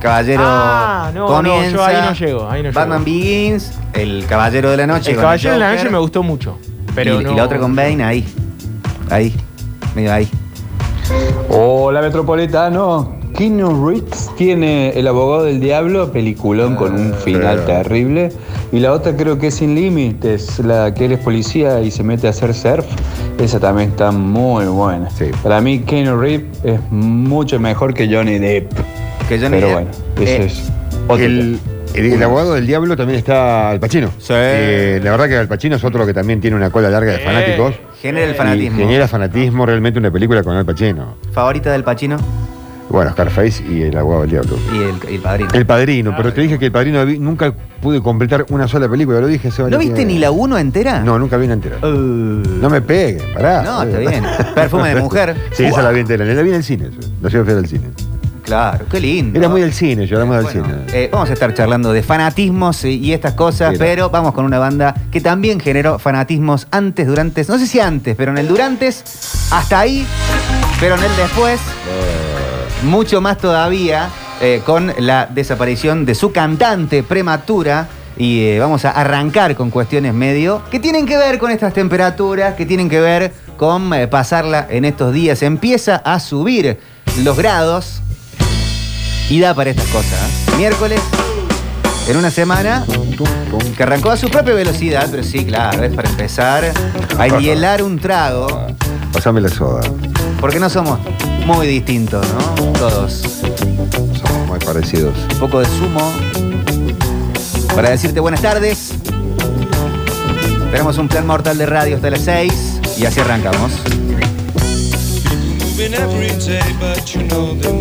Speaker 2: Caballero
Speaker 4: Ah, no, no,
Speaker 2: comienza.
Speaker 4: yo ahí no llego, ahí no llego.
Speaker 2: Batman Begins, El Caballero de la Noche.
Speaker 4: El
Speaker 2: con
Speaker 4: Caballero de la
Speaker 2: Joker,
Speaker 4: Noche me gustó mucho. Pero
Speaker 2: y,
Speaker 4: no.
Speaker 2: y la otra con Bane, ahí. Ahí. Medio ahí.
Speaker 18: Hola Metropolitano, Keanu Reeves tiene El abogado del diablo, peliculón con un
Speaker 2: Ah,
Speaker 18: final terrible. Y la otra creo que es Sin Límites, la que él es policía y se mete a hacer surf. Esa también está muy buena. Para mí Keanu Reeves es mucho mejor que Johnny Depp.
Speaker 2: Que Johnny
Speaker 18: Pero
Speaker 2: Depp,
Speaker 18: bueno, ese
Speaker 2: eh,
Speaker 18: es otro
Speaker 3: El, el- el abogado del diablo también está Al Pacino. Eh, la verdad que Al Pacino es otro que también tiene una cola larga de fanáticos.
Speaker 4: Eh,
Speaker 2: Genera el
Speaker 3: Y
Speaker 2: fanatismo.
Speaker 3: genera fanatismo realmente una película con Al Pacino.
Speaker 2: Favorita del Pacino
Speaker 3: Bueno, Scarface y el abogado del diablo.
Speaker 2: y el, y el padrino.
Speaker 3: El padrino, pero te dije que el padrino vi- nunca pude completar una sola película, lo dije hace
Speaker 2: ¿No
Speaker 3: varios
Speaker 2: viste
Speaker 3: días.
Speaker 2: ni la 1 entera? Uh,
Speaker 3: No, nunca vi una entera. No me peguen, pará.
Speaker 2: No, está bien. Perfume de mujer.
Speaker 3: Sí, esa la vi entera. La vi en el cine. eso. La llevo a ver al cine.
Speaker 2: Claro, qué lindo.
Speaker 3: Era muy del cine, yo era muy del cine.
Speaker 2: Eh, vamos a estar charlando de fanatismos y, y estas cosas,
Speaker 3: Mira.
Speaker 2: pero vamos con una banda que también generó fanatismos antes, durante, no sé si antes, pero en el durantes, hasta ahí, pero en el después, mucho más todavía, eh, con la desaparición de su cantante prematura. Y eh, vamos a arrancar con cuestiones medio que tienen que ver con estas temperaturas, que tienen que ver con eh, pasarla en estos días. Empieza a subir los grados y da para estas cosas. ¿eh? Miércoles, en una semana, que arrancó a su propia velocidad, pero sí, claro, es para empezar a hielar un trago,
Speaker 3: Pasame la soda.
Speaker 2: porque no somos muy distintos, ¿no? Todos.
Speaker 3: Somos muy parecidos.
Speaker 2: Un poco de zumo para decirte buenas tardes. Tenemos un plan mortal de radio hasta las 6 y así arrancamos.
Speaker 19: Moving every day, but you know the